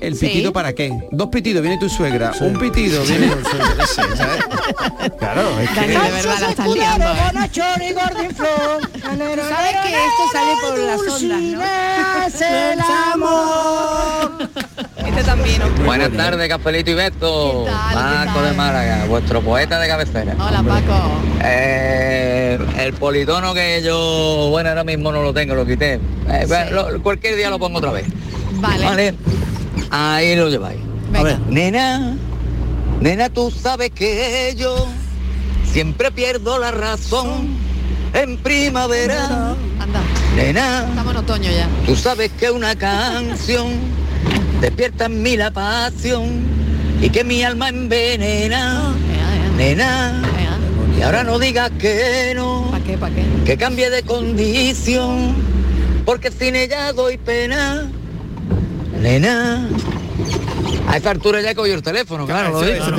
Speaker 6: ¿El
Speaker 4: Sí.
Speaker 6: pitido para qué? Dos pitidos, viene tu suegra. Un pitido, viene... no sé, ¿sabes? Claro, es que...
Speaker 4: Dani, de verdad la estás liando. ¿eh?
Speaker 8: ¿Sabes que esto sale por las ondas, no? el amor.
Speaker 10: Este también. ¿no?
Speaker 16: Buenas tardes, Capelito y Beto. Paco de Málaga, vuestro poeta de cabecera.
Speaker 4: Hola, Paco.
Speaker 16: Eh, el politono que yo, bueno, ahora mismo no lo tengo, lo quité. Eh, lo- cualquier día lo pongo otra vez.
Speaker 4: Vale.
Speaker 16: Ahí lo lleváis.
Speaker 4: A ver.
Speaker 16: Nena, nena, tú sabes que yo siempre pierdo la razón en primavera.
Speaker 4: Anda.
Speaker 16: Nena.
Speaker 4: Estamos en otoño ya.
Speaker 16: Tú sabes que una canción despierta en mí la pasión y que mi alma envenena, nena. Y ahora no digas que no,
Speaker 4: ¿Para qué, para qué?
Speaker 16: que cambie de condición, porque sin ella doy pena, nena. A esta altura ya he cogido el teléfono, claro, lo he dicho.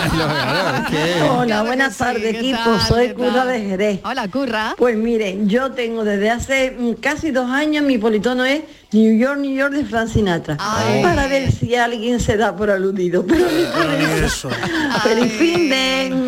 Speaker 17: Hola, buenas tardes equipo, soy Curra de Jerez.
Speaker 4: Hola, Curra.
Speaker 17: Pues miren, yo tengo desde hace mm, casi dos años, mi politono es
Speaker 27: New York, New York de Frank Sinatra, para ver si alguien se da por aludido. Pero ni por eso.
Speaker 7: Eso.
Speaker 27: Feliz fin de...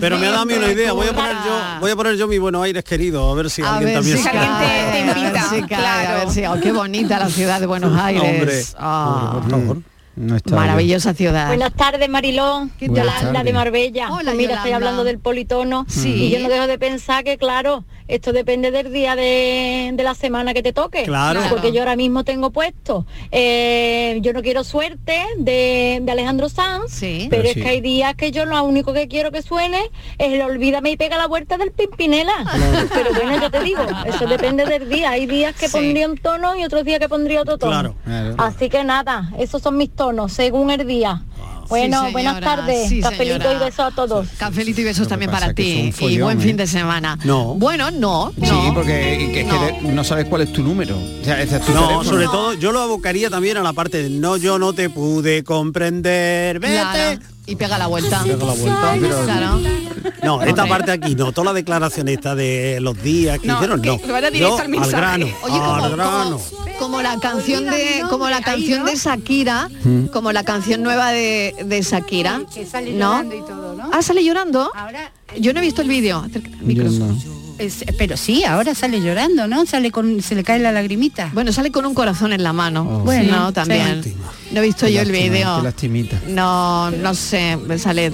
Speaker 7: Pero me ha dado a mí una idea. Voy a poner yo, voy a poner yo mi Buenos Aires querido, a ver si
Speaker 4: A
Speaker 7: alguien
Speaker 4: ver
Speaker 7: también
Speaker 4: si
Speaker 7: se-
Speaker 4: cae, a ver si cae, a ver si- oh, qué bonita la ciudad de Buenos Aires.
Speaker 7: Hombre.
Speaker 4: Ah,
Speaker 6: Por favor. No está
Speaker 4: maravillosa ciudad.
Speaker 1: Buenas tardes, Marilón.
Speaker 6: tal? Buenas
Speaker 1: Yolanda de
Speaker 6: tardes.
Speaker 1: Marbella.
Speaker 4: Hola,
Speaker 1: Pues mira, estoy
Speaker 4: Yolanda.
Speaker 1: hablando del politono.
Speaker 4: Sí.
Speaker 1: Y yo no dejo de pensar que, claro, esto depende del día de, de la semana que te toque.
Speaker 5: Claro.
Speaker 1: Porque yo ahora mismo tengo puesto. eh, yo no quiero suerte de, de Alejandro Sanz. Pero
Speaker 5: Pero
Speaker 1: es
Speaker 5: sí.
Speaker 1: que hay días que yo lo único que quiero que suene es el olvídame y pega la vuelta del Pimpinela. Pero bueno, yo te digo, eso depende del día. Hay días que pondría un tono y otros días que pondría otro tono.
Speaker 5: Claro. Claro.
Speaker 1: Así que nada, esos son mis tonos, según el día. Bueno,
Speaker 4: Sí,
Speaker 1: buenas
Speaker 4: señora,
Speaker 1: tardes.
Speaker 4: sí,
Speaker 1: Cafelito y
Speaker 4: señora.
Speaker 1: besos a todos.
Speaker 4: Cafelito y besos también
Speaker 6: pasa
Speaker 4: para
Speaker 6: es que fue
Speaker 4: ti
Speaker 6: un
Speaker 4: y
Speaker 6: follón,
Speaker 4: buen
Speaker 6: ¿eh?
Speaker 4: fin de semana.
Speaker 6: No.
Speaker 4: Bueno, no,
Speaker 6: Sí,
Speaker 4: no.
Speaker 6: porque y que es que de- no. sabes cuál es tu número. O sea, ese es tu
Speaker 7: No,
Speaker 6: teléfono.
Speaker 7: sobre todo yo lo abocaría también a la parte de no, yo no te pude comprender. Vete.
Speaker 4: Claro, Y pega la vuelta.
Speaker 7: Pega la vuelta, pero-
Speaker 4: Claro.
Speaker 7: No, esta parte aquí no, toda la declaración esta de los días que
Speaker 4: No,
Speaker 7: hicieron,
Speaker 4: que
Speaker 7: no.
Speaker 4: te vaya directo
Speaker 7: Yo,
Speaker 4: al mensaje.
Speaker 7: grano,
Speaker 4: Oye, ¿cómo-
Speaker 7: al
Speaker 4: cómo-
Speaker 7: grano.
Speaker 4: Como la canción de como la canción de Shakira,
Speaker 7: Mm.
Speaker 4: como la canción nueva de, de Shakira,
Speaker 5: sale
Speaker 4: ¿no?
Speaker 5: llorando y todo, ¿no?
Speaker 4: Ah, sale llorando. Yo no he visto el vídeo. Acércate.
Speaker 5: Es- pero sí, ahora sale llorando, ¿no? Sale con, se le cae la lagrimita.
Speaker 4: Bueno, sale con un corazón en la mano.
Speaker 5: Bueno,
Speaker 4: Bueno, también.
Speaker 5: sí.
Speaker 4: No he visto yo el vídeo.
Speaker 6: Qué lastimita.
Speaker 4: No, no sé, me sale.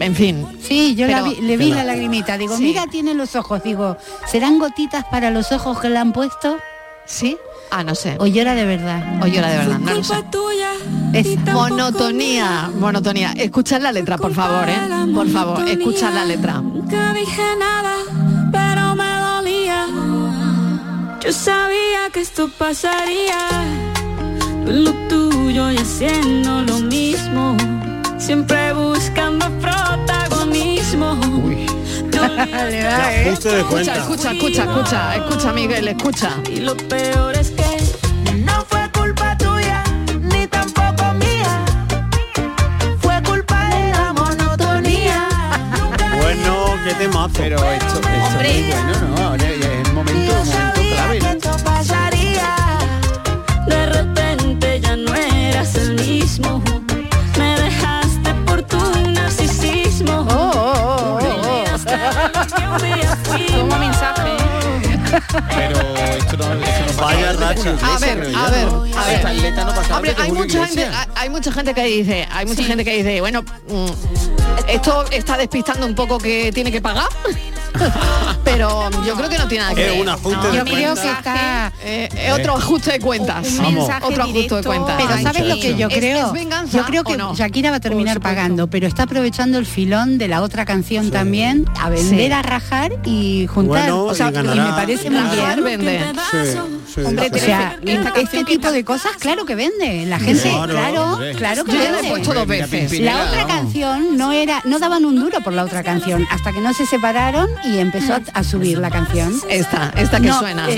Speaker 4: En fin.
Speaker 5: Sí, yo la
Speaker 4: Pero-
Speaker 5: vi- le vi la lagrimita. Digo, mira, tiene los ojos. Digo, ¿serán gotitas para los ojos que le han puesto?
Speaker 4: Sí. Ah, no sé.
Speaker 5: O llora de verdad.
Speaker 4: O llora de verdad. No lo sé. Es monotonía, monotonía. Escuchad la letra, por favor, ¿eh? Por favor, escuchad la letra.
Speaker 5: Nunca dije nada, pero me dolía. Yo sabía que esto pasaría.
Speaker 13: lo tuyo y haciendo lo mismo. Siempre buscando protagonismo.
Speaker 5: Le
Speaker 4: da,
Speaker 13: ¿eh?
Speaker 7: Ajuste de
Speaker 4: Escucha,
Speaker 13: cuenta.
Speaker 4: escucha, escucha, escucha, escucha, Miguel, escucha.
Speaker 13: Y lo peor es que no fue culpa tuya, ni tampoco mía. Fue culpa de la monotonía.
Speaker 7: Bueno, qué temazo.
Speaker 6: Pero esto, esto es muy bueno, ¿no? Ahora ya es el momento,
Speaker 13: Yo
Speaker 6: momento
Speaker 13: sabía
Speaker 6: clave.
Speaker 13: que esto pasaría. De repente ya no eras el mismo. Me dejaste por tu
Speaker 9: Oh,
Speaker 13: narcisismo. Como mensaje.
Speaker 9: ¿eh?
Speaker 6: Pero esto no, esto no
Speaker 7: Vaya racha.
Speaker 4: A ver, a ver, a ver. Hombre, hay mucha gente, ah, hay- hay mucha gente que dice, hay mucha gente que dice, bueno, mm, esto está despistando un poco que tiene que pagar. Pero yo creo que no tiene nada que
Speaker 7: Es
Speaker 4: ver.
Speaker 7: un ajuste de
Speaker 4: yo creo
Speaker 5: cuentas.
Speaker 4: que está eh, es otro ajuste de cuentas.
Speaker 5: Un
Speaker 4: Vamos.
Speaker 5: mensaje
Speaker 4: otro ajuste de
Speaker 5: directo.
Speaker 4: cuentas.
Speaker 5: Pero ¿sabes lo que yo
Speaker 4: Es-
Speaker 5: creo?
Speaker 4: es venganza
Speaker 5: yo creo
Speaker 4: o
Speaker 5: que
Speaker 4: no?
Speaker 5: Shakira va a terminar pagando, pero está aprovechando el filón de la otra canción también a vender,
Speaker 4: Sí.
Speaker 5: a rajar y juntar.
Speaker 4: Bueno,
Speaker 5: o sea,
Speaker 4: y ganará.
Speaker 5: me parece muy
Speaker 4: Rajar
Speaker 5: bien.
Speaker 4: vende.
Speaker 5: Sí,
Speaker 7: sí,
Speaker 5: Hombre,
Speaker 4: sí.
Speaker 5: o sea,
Speaker 4: Pero esta
Speaker 5: este tipo de cosas, claro que vende. La gente,
Speaker 4: Claro,
Speaker 5: claro,
Speaker 4: hombre.
Speaker 5: claro que
Speaker 4: Yo ya
Speaker 5: vende.
Speaker 4: la he puesto dos
Speaker 5: Mira,
Speaker 4: veces.
Speaker 5: Pimpinela, La otra
Speaker 4: vamos.
Speaker 5: canción no era, no daban un duro por la otra canción, hasta que no se separaron y empezó a, a subir la canción.
Speaker 4: Mm. Esta, esta que suena.
Speaker 5: Ahora,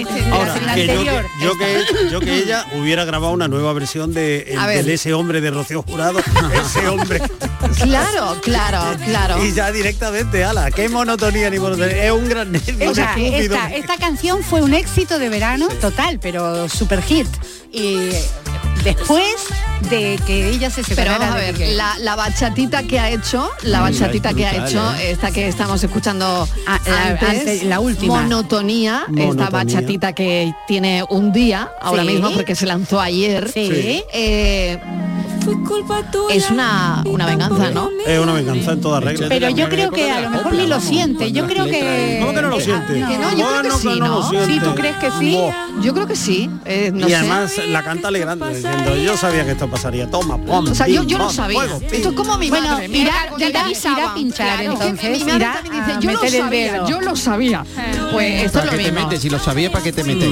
Speaker 5: eh, la
Speaker 7: Que yo,
Speaker 5: anterior.
Speaker 7: que- yo que, yo que ella hubiera grabado una nueva versión de, el-
Speaker 4: A ver.
Speaker 7: de ese hombre de Rocío Jurado, ese hombre.
Speaker 4: Claro, claro, claro.
Speaker 7: Y ya directamente, ala, qué monotonía ni monotonía. Es un gran nervio.
Speaker 5: O sea,
Speaker 7: estúpido.
Speaker 5: esta, esta canción fue un éxito de verano total, pero super hit. Y después de que ella se
Speaker 4: Pero
Speaker 5: separara
Speaker 4: vamos a
Speaker 5: de
Speaker 4: ver,
Speaker 5: Piqué.
Speaker 4: la, la bachatita que ha hecho, la
Speaker 5: Mm,
Speaker 4: bachatita
Speaker 5: es
Speaker 4: que ha
Speaker 5: brutal,
Speaker 4: hecho,
Speaker 5: ¿eh?
Speaker 4: esta que estamos escuchando
Speaker 5: Ah, la-
Speaker 4: antes,
Speaker 5: antes, la última.
Speaker 4: Monotonía,
Speaker 5: Monotonía.
Speaker 4: esta bachatita que tiene un día ahora
Speaker 5: Sí.
Speaker 4: mismo porque se lanzó ayer.
Speaker 5: Sí.
Speaker 4: eh, es una, una venganza, ¿no?
Speaker 7: Es una venganza en toda regla.
Speaker 5: Pero yo creo que a lo mejor ni lo siente. Yo creo que.
Speaker 7: ¿Cómo que no lo siente?
Speaker 5: no.
Speaker 4: Que no, yo creo
Speaker 7: Bueno,
Speaker 4: que sí,
Speaker 7: no lo
Speaker 4: ¿no?
Speaker 7: siente.
Speaker 4: Sí, ¿tú crees
Speaker 5: que sí?
Speaker 4: Yo creo que sí. eh, no
Speaker 7: y
Speaker 4: sé.
Speaker 7: además la canta alegrando, diciendo, yo sabía que esto pasaría. Toma, pom,
Speaker 4: O sea, yo, yo
Speaker 7: pim,
Speaker 4: lo
Speaker 7: pom,
Speaker 4: sabía.
Speaker 7: fuego, pim.
Speaker 4: Esto es como mi
Speaker 5: Bueno,
Speaker 4: madre. mi
Speaker 5: irá-
Speaker 4: madre cuando
Speaker 5: irá-
Speaker 4: me guisaba.
Speaker 5: irá a pinchar,
Speaker 4: es que
Speaker 5: entonces,
Speaker 4: Mi, mi madre
Speaker 5: irá
Speaker 4: también dice,
Speaker 5: a
Speaker 4: yo lo
Speaker 5: meter el
Speaker 4: sabía,
Speaker 5: dedo".
Speaker 4: yo lo sabía. Pues esto es
Speaker 6: ¿Para
Speaker 4: lo
Speaker 6: qué te
Speaker 4: mismo.
Speaker 6: metes? Si lo sabía, ¿para qué te metes?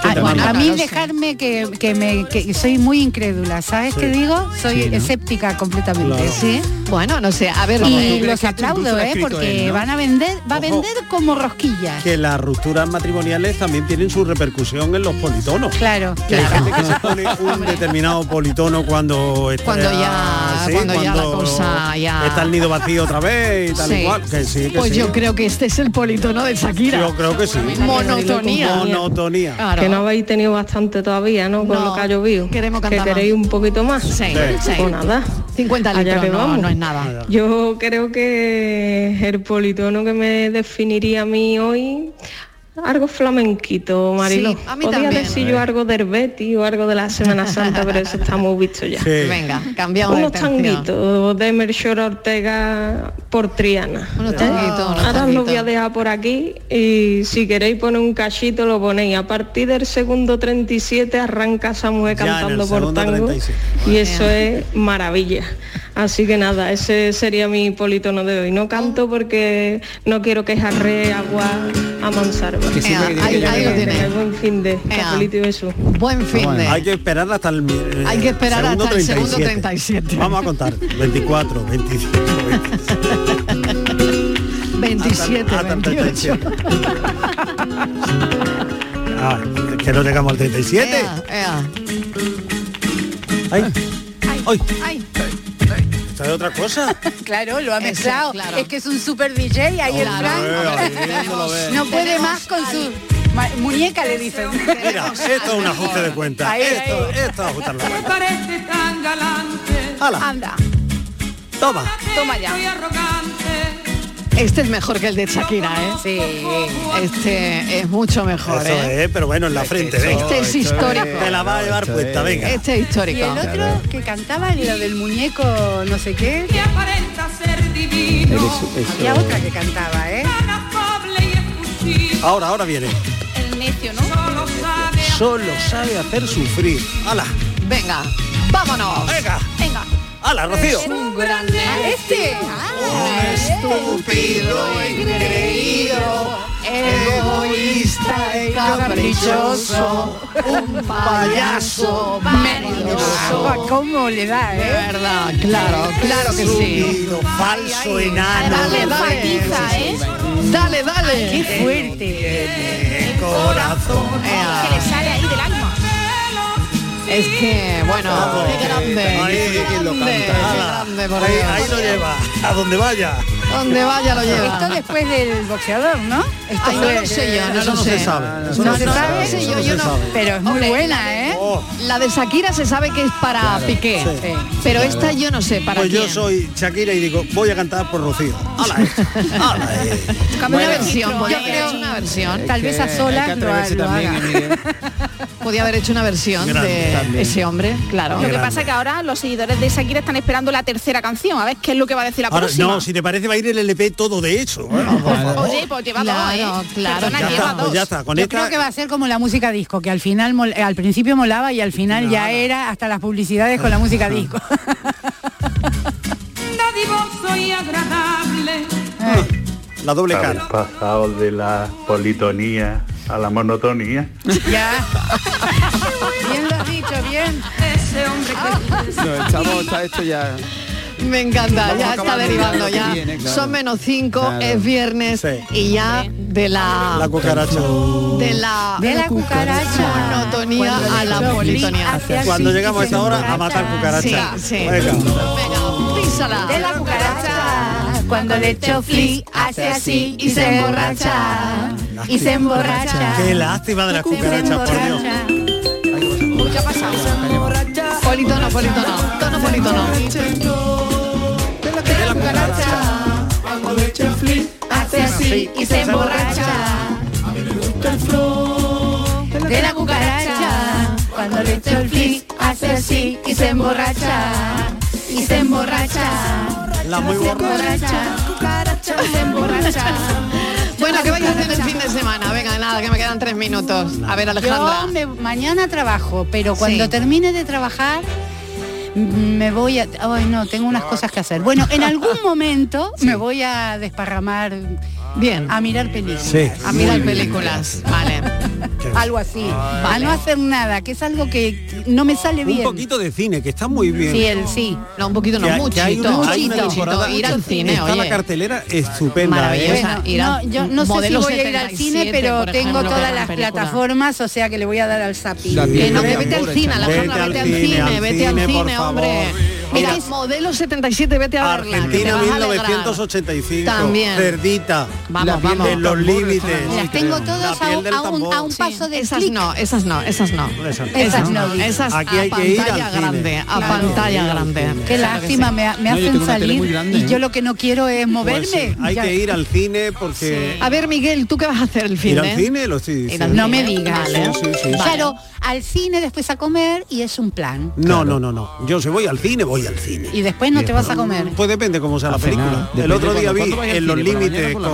Speaker 5: Ah,
Speaker 6: Qué
Speaker 5: bueno,
Speaker 6: barbaridad.
Speaker 5: a mí dejarme que, que me que soy muy incrédula, ¿sabes
Speaker 6: Sí.
Speaker 5: qué digo? Soy
Speaker 6: Sí, ¿no?
Speaker 5: escéptica completamente.
Speaker 6: Claro.
Speaker 5: Sí.
Speaker 4: Bueno, no sé, a ver,
Speaker 7: Vamos, ¿tú
Speaker 5: y
Speaker 7: crees
Speaker 5: los
Speaker 7: que tú- tú se
Speaker 5: aplaudo,
Speaker 7: lo has
Speaker 5: ¿eh?
Speaker 7: escrito
Speaker 5: Porque
Speaker 7: él, no?
Speaker 5: van a vender, va a vender como rosquillas.
Speaker 7: Que las rupturas matrimoniales también tienen su repercusión en los politonos.
Speaker 5: Claro,
Speaker 7: Que hay
Speaker 5: claro.
Speaker 7: gente que se pone un determinado politono cuando está
Speaker 4: Cuando ya- cuando ya la cosa ya-
Speaker 7: Ah, está el nido vacío otra vez y tal
Speaker 4: Sí.
Speaker 7: y cual. Que sí, que
Speaker 4: Pues
Speaker 7: sí.
Speaker 4: yo creo que este es el politono de Shakira.
Speaker 7: Yo creo que sí.
Speaker 4: Monotonía.
Speaker 7: Monotonía.
Speaker 28: Que no habéis tenido bastante todavía, ¿no? Con
Speaker 4: No,
Speaker 28: lo que ha llovido.
Speaker 4: queremos
Speaker 28: que
Speaker 4: cantar más.
Speaker 28: queréis un poquito más.
Speaker 4: Sí, sí.
Speaker 28: Pues nada.
Speaker 4: 50
Speaker 28: Allá
Speaker 4: litros,
Speaker 28: que
Speaker 4: no,
Speaker 28: vamos.
Speaker 4: no es nada.
Speaker 28: Yo creo que el politono que me definiría a mí hoy algo flamenquito, Marilo.
Speaker 4: Sí, a mí
Speaker 28: Podría
Speaker 4: también.
Speaker 28: decir yo algo del Betty o algo de la Semana Santa, pero eso está muy visto ya.
Speaker 4: Venga, cambiamos de
Speaker 28: Unos
Speaker 4: canción.
Speaker 28: tanguitos de Melchor Ortega por Triana.
Speaker 4: Unos
Speaker 28: ¿eh?
Speaker 4: tanguitos, unos
Speaker 28: Ahora os lo voy a
Speaker 4: tanguitos.
Speaker 28: dejar por aquí y si queréis poner un cachito lo ponéis. A partir del segundo 37 arranca Samuel
Speaker 7: Ya, en el
Speaker 28: cantando por
Speaker 7: segundo
Speaker 28: tango
Speaker 7: 37.
Speaker 28: y eso es maravilla. Así que nada, ese sería mi politono de hoy. No canto porque no quiero que jarre agua a Monsalva.
Speaker 7: Que siempre Ea, ahí- que- ahí lo que- tienes.
Speaker 28: Buen fin de cafelito y beso.
Speaker 4: Buen
Speaker 7: Hay que esperar hasta el eh,
Speaker 28: Hay que esperar
Speaker 7: segundo
Speaker 28: hasta el segundo
Speaker 4: 37.
Speaker 7: Vamos a contar. 24, 25,
Speaker 4: 27, 28.
Speaker 7: 37. Ah, que no llegamos al 37.
Speaker 4: Ea, ea.
Speaker 7: Ay, ay,
Speaker 5: Ay,
Speaker 7: ¿Esta es otra cosa?
Speaker 5: claro, lo ha
Speaker 4: Eso,
Speaker 5: mezclado.
Speaker 4: claro.
Speaker 5: Es que es un super DJ ahí el Fran. No puede más con su ma- muñeca, le dicen.
Speaker 7: Mira, esto es un ajuste de cuenta.
Speaker 5: Ahí,
Speaker 7: Esto,
Speaker 5: ahí.
Speaker 7: esto es ajustar la cuenta.
Speaker 5: parece tan galante.
Speaker 7: Ala.
Speaker 5: Anda,
Speaker 7: Toma.
Speaker 5: toma ya.
Speaker 4: Este es mejor que el de Shakira, ¿eh?
Speaker 5: Sí.
Speaker 4: Este es mucho mejor,
Speaker 7: Eso
Speaker 4: ¿eh?
Speaker 7: es, pero bueno, en la frente, venga.
Speaker 4: Este es histórico.
Speaker 7: Te la va a llevar puesta, venga.
Speaker 4: Este es histórico.
Speaker 5: Y el otro que cantaba lo del muñeco no sé qué. Que aparenta ser divino. Había otra que cantaba, ¿eh?
Speaker 7: Ahora, ahora viene.
Speaker 5: El necio, ¿no?
Speaker 7: Solo sabe hacer sufrir. ¡Hala!
Speaker 4: Venga, vámonos.
Speaker 7: Venga.
Speaker 4: Venga.
Speaker 7: ¡Hala, Rocío!
Speaker 4: Un gran este.
Speaker 7: estúpido
Speaker 4: creído, egoísta y caprichoso, un payaso
Speaker 5: Ah, ¿Cómo le da, eh?
Speaker 4: De verdad, claro, claro que sí.
Speaker 7: falso enano.
Speaker 4: Ah, Dale, dale. Dale, dale.
Speaker 5: ¿eh? Qué fuerte. El
Speaker 7: corazón.
Speaker 5: Que le sale ahí del alma.
Speaker 4: Ah, Es que, bueno, qué grande.
Speaker 7: Ahí,
Speaker 4: qué
Speaker 7: quien lo
Speaker 4: grande,
Speaker 7: canta.
Speaker 4: qué
Speaker 7: Ala.
Speaker 4: grande, por
Speaker 7: Ahí,
Speaker 4: Dios.
Speaker 7: ahí lo lleva, a donde vaya.
Speaker 4: Donde vaya lo lleva.
Speaker 5: Esto después del boxeador, ¿no? Esto
Speaker 4: Ay, no
Speaker 5: fue-
Speaker 4: lo sé yo, no
Speaker 7: Eso
Speaker 4: lo
Speaker 7: no
Speaker 4: sé.
Speaker 7: se sabe. eso
Speaker 4: No se sabe,
Speaker 7: eso
Speaker 4: sí, yo-
Speaker 7: no
Speaker 4: yo
Speaker 7: se
Speaker 4: no-
Speaker 7: sabe.
Speaker 5: Pero es muy
Speaker 4: Hombre,
Speaker 5: buena, ¿eh?
Speaker 7: Oh.
Speaker 4: La de Shakira se sabe que es para
Speaker 7: Claro,
Speaker 4: Piqué, eh,
Speaker 7: sí.
Speaker 4: pero
Speaker 7: Claro.
Speaker 4: esta yo no sé para
Speaker 7: Pues
Speaker 4: quién.
Speaker 7: yo soy Shakira y digo, voy a cantar por Rocío. ¡Hala! esta, ¡Hala! eh.
Speaker 4: Una
Speaker 5: Bueno,
Speaker 4: versión,
Speaker 5: yo
Speaker 4: podía haber
Speaker 5: creo-
Speaker 4: hecho una versión.
Speaker 5: Tal vez a solas lo, ha- lo haga.
Speaker 4: Podía haber hecho una versión
Speaker 7: Grande,
Speaker 4: de
Speaker 7: también.
Speaker 4: ese hombre, claro.
Speaker 9: Lo que pasa es que ahora los seguidores de Shakira están esperando la tercera canción, a ver qué es lo que va a decir la
Speaker 7: Ahora,
Speaker 9: próxima.
Speaker 7: no, si te parece va a ir el LP todo de hecho.
Speaker 4: Ah,
Speaker 7: Bueno, por favor.
Speaker 9: Oye, pues lleva
Speaker 4: Claro,
Speaker 9: dos, ¿eh?
Speaker 4: claro.
Speaker 9: Perdona,
Speaker 7: Ya
Speaker 9: lleva
Speaker 7: está, pues
Speaker 9: dos.
Speaker 7: ya está. Con
Speaker 5: Yo
Speaker 7: esta-
Speaker 5: creo que va a ser como la música disco, que al final mol- eh, al principio molaba y al final ya era hasta las publicidades con la música disco.
Speaker 13: Dadivoso y agradable.
Speaker 5: Eh,
Speaker 7: La doble
Speaker 29: Habéis
Speaker 7: cara.
Speaker 29: pasado de la politonía a la monotonía.
Speaker 5: ya. bien lo has dicho, bien. Ah.
Speaker 13: Ese hombre que
Speaker 6: No, estamos, está esto ya.
Speaker 4: Me encanta,
Speaker 6: Vamos
Speaker 4: ya está
Speaker 6: acabando
Speaker 4: derivando
Speaker 6: ya lo
Speaker 4: ya.
Speaker 6: que viene, claro.
Speaker 4: Son menos 5,
Speaker 6: Claro.
Speaker 4: es viernes
Speaker 6: Sí.
Speaker 4: y ya de la,
Speaker 7: La cucaracha.
Speaker 4: de la
Speaker 5: De la cucaracha.
Speaker 4: monotonía a la politonía.
Speaker 7: Cuando llegamos a esta hora, a matar cucaracha.
Speaker 4: Sí, sí.
Speaker 7: Venga.
Speaker 4: Písala.
Speaker 5: De la cucaracha. Cuando le echo fli hace así y se emborracha. Y se emborracha.
Speaker 7: Qué lástima de las cucarachas, por Dios.
Speaker 9: Ya ha pasado.
Speaker 4: Politono, politono, tono politono.
Speaker 5: Hace así y se emborracha. De la cucaracha. Cuando le echo el fli hace así y se emborracha. Y se emborracha.
Speaker 7: La muy
Speaker 5: Se
Speaker 7: gorda.
Speaker 5: emborracha. Se emborracha.
Speaker 4: Bueno, ¿qué vais a hacer el fin de semana? Ah, Venga, nada, que me quedan tres minutos. A ver,
Speaker 5: Yo
Speaker 4: Alejandra.
Speaker 5: me- mañana trabajo, pero cuando
Speaker 4: Sí.
Speaker 5: termine de trabajar mm, me voy a ay no tengo unas cosas que hacer bueno en algún momento me voy a desparramar
Speaker 4: Bien.
Speaker 5: a mirar películas
Speaker 4: A mirar películas. Vale. Ah,
Speaker 5: Algo así. A no hacer nada, que es algo que no me sale
Speaker 7: Un
Speaker 5: bien.
Speaker 7: poquito de cine, que está muy bien.
Speaker 5: Sí, el sí.
Speaker 4: No, un poquito
Speaker 7: Que
Speaker 4: no,
Speaker 7: hay- que
Speaker 4: muchito.
Speaker 7: hay una- hay una
Speaker 4: muchito,
Speaker 7: temporada-
Speaker 4: Ir al cine,
Speaker 7: Está la
Speaker 4: oye.
Speaker 7: cartelera estupenda.
Speaker 4: Maravillosa.
Speaker 7: ¿eh?
Speaker 4: Ir a-
Speaker 5: No, yo no sé si
Speaker 4: Modelo
Speaker 5: voy a ir al
Speaker 4: 77,
Speaker 5: cine, pero
Speaker 4: por
Speaker 5: tengo
Speaker 4: ejemplo, que
Speaker 5: todas
Speaker 4: es una
Speaker 5: las
Speaker 4: película.
Speaker 5: plataformas, o sea que le voy a dar al zapi.
Speaker 4: La Que no,
Speaker 5: que
Speaker 4: que vete al cine, Alejandra, vete al cine, vete al cine, hombre. Mira, modelo 77, vete a verla. que te
Speaker 7: Argentina
Speaker 4: vas a alegrar.
Speaker 7: 1985.
Speaker 4: También.
Speaker 7: Cerdita.
Speaker 4: Vamos,
Speaker 7: la piel
Speaker 4: vamos.
Speaker 7: de los límites.
Speaker 4: Las tengo todas a, un, paso de esas no, esas no, esas no.
Speaker 7: Esas no.
Speaker 4: Esas no, esas
Speaker 7: Aquí
Speaker 4: a
Speaker 7: hay que ir
Speaker 4: pantalla
Speaker 7: al cine.
Speaker 4: grande, a
Speaker 7: Claro.
Speaker 4: pantalla grande.
Speaker 5: Qué lástima, me, me
Speaker 7: No, yo tengo
Speaker 5: hacen
Speaker 7: una tele muy
Speaker 5: salir
Speaker 7: grande,
Speaker 5: y
Speaker 7: ¿eh?
Speaker 5: yo lo que no quiero es moverme.
Speaker 7: Pues sí, hay
Speaker 5: Ya.
Speaker 7: que ir al cine porque...
Speaker 4: A ver, Miguel, ¿tú qué vas a hacer el fin
Speaker 7: Ir
Speaker 4: de?
Speaker 7: al cine, lo estoy
Speaker 4: Ir al
Speaker 7: diciendo.
Speaker 4: cine.
Speaker 5: No me digas.
Speaker 4: ¿eh?
Speaker 7: Sí, sí, sí.
Speaker 5: Claro, al cine después a comer y es un plan.
Speaker 7: No, no, no, no. Yo si voy al cine, voy al cine.
Speaker 5: Y después no te vas a comer.
Speaker 7: Pues depende cómo sea la película. El
Speaker 6: Depende
Speaker 7: otro día
Speaker 6: cuándo-
Speaker 7: vi
Speaker 6: ¿cuándo vais al
Speaker 7: en los
Speaker 6: cine? ¿Por la mañana
Speaker 7: límites
Speaker 6: o por la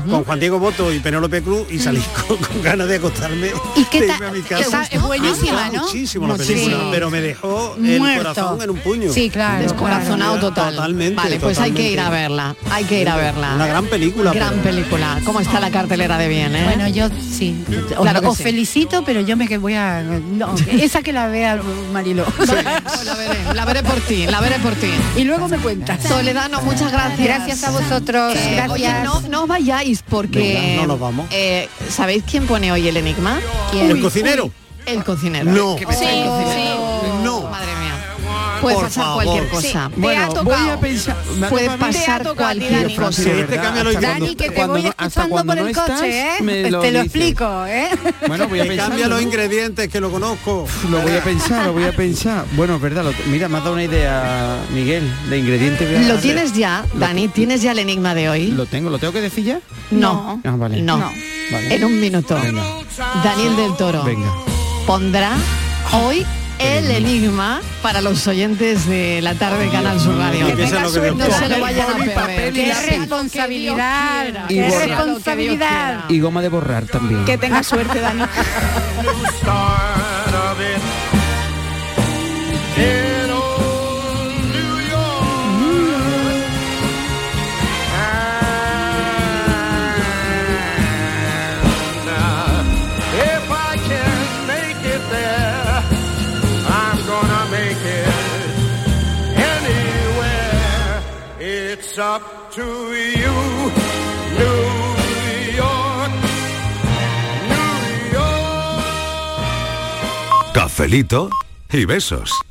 Speaker 7: con, con Juan Diego Boto y Penélope Cruz y salí con, con ganas de acostarme.
Speaker 5: ¿Y qué
Speaker 7: de
Speaker 5: tal?
Speaker 7: irme a mi casa.
Speaker 5: Esa es buenísima,
Speaker 7: Ah,
Speaker 5: ¿no?
Speaker 7: Muchísimo la
Speaker 5: Muchísimo.
Speaker 7: película, pero me dejó el
Speaker 5: Muerto.
Speaker 7: corazón en un puño.
Speaker 5: Sí, claro,
Speaker 4: Descorazonado
Speaker 7: claro.
Speaker 4: total.
Speaker 7: Totalmente,
Speaker 4: Vale, pues hay que ir a
Speaker 7: totalmente.
Speaker 4: verla. Hay que ir a verla.
Speaker 7: Una gran película.
Speaker 4: Gran
Speaker 7: pero-
Speaker 4: película. ¿Cómo está la cartelera de bien, eh?
Speaker 5: Bueno, yo sí. Os,
Speaker 4: Claro que
Speaker 5: os
Speaker 4: sí.
Speaker 5: felicito, pero yo me que voy a. no, que esa que la vea Marilo.
Speaker 4: La veré por ti, la veré por ti.
Speaker 5: Y luego me cuentas.
Speaker 4: Soledad, no, muchas gracias.
Speaker 5: Gracias a vosotros.
Speaker 4: Eh,
Speaker 5: gracias.
Speaker 4: oye, no, no os vayáis porque...
Speaker 7: Venga, no nos vamos.
Speaker 4: eh, ¿Sabéis quién pone hoy el enigma?
Speaker 7: ¿El
Speaker 4: Uy,
Speaker 7: cocinero?
Speaker 4: uy, el cocinero.
Speaker 7: No.
Speaker 4: Que me
Speaker 7: Sí,
Speaker 4: trae el cocinero.
Speaker 7: No.
Speaker 4: Madre mía. Puede
Speaker 7: Por
Speaker 4: pasar
Speaker 7: favor.
Speaker 4: cualquier
Speaker 7: Sí,
Speaker 4: cosa.
Speaker 7: te ha tocado.
Speaker 4: voy a pensar.
Speaker 6: Me ha
Speaker 4: Puede
Speaker 6: tocado a mí.
Speaker 4: pasar
Speaker 6: Te ha tocado a ti,
Speaker 4: cualquier
Speaker 6: Dani.
Speaker 4: cosa.
Speaker 6: Sí, este cambio lo hice
Speaker 5: Dani,
Speaker 6: cuando-
Speaker 5: que te
Speaker 6: cuando
Speaker 5: voy
Speaker 6: no- hasta
Speaker 5: escuchando
Speaker 6: cuando
Speaker 5: por
Speaker 6: no
Speaker 5: el coche,
Speaker 6: estás,
Speaker 5: ¿eh?
Speaker 6: me lo
Speaker 5: te lo
Speaker 6: dices.
Speaker 5: explico, ¿eh?
Speaker 6: Bueno, voy a
Speaker 7: Que
Speaker 6: pensar.
Speaker 7: cambia los ingredientes, que lo conozco.
Speaker 6: Lo voy a pensar, lo voy a pensar. Bueno, es verdad. lo- mira, me has dado una idea, Miguel, de ingredientes. voy a
Speaker 4: ¿Lo
Speaker 6: hacer.
Speaker 4: tienes ya, Dani? ¿Tienes ya el enigma de hoy?
Speaker 6: Lo tengo. ¿Lo tengo que decir ya?
Speaker 4: No.
Speaker 6: Ah, vale.
Speaker 4: No.
Speaker 6: Vale.
Speaker 4: En un minuto.
Speaker 6: Venga.
Speaker 4: Daniel del Toro
Speaker 6: Venga.
Speaker 4: pondrá hoy el enigma para los oyentes de la tarde de Canal Sur Radio.
Speaker 5: Que tenga suerte.
Speaker 4: No se lo vayan a perder.
Speaker 5: Qué responsabilidad.
Speaker 6: Y
Speaker 5: Qué
Speaker 6: borra.
Speaker 5: responsabilidad.
Speaker 6: Y goma de borrar también.
Speaker 13: Que tenga suerte, Dani.
Speaker 11: If I can make it there, I'm gonna make it anywhere. It's up to you, New York.
Speaker 27: Cafelito y besos.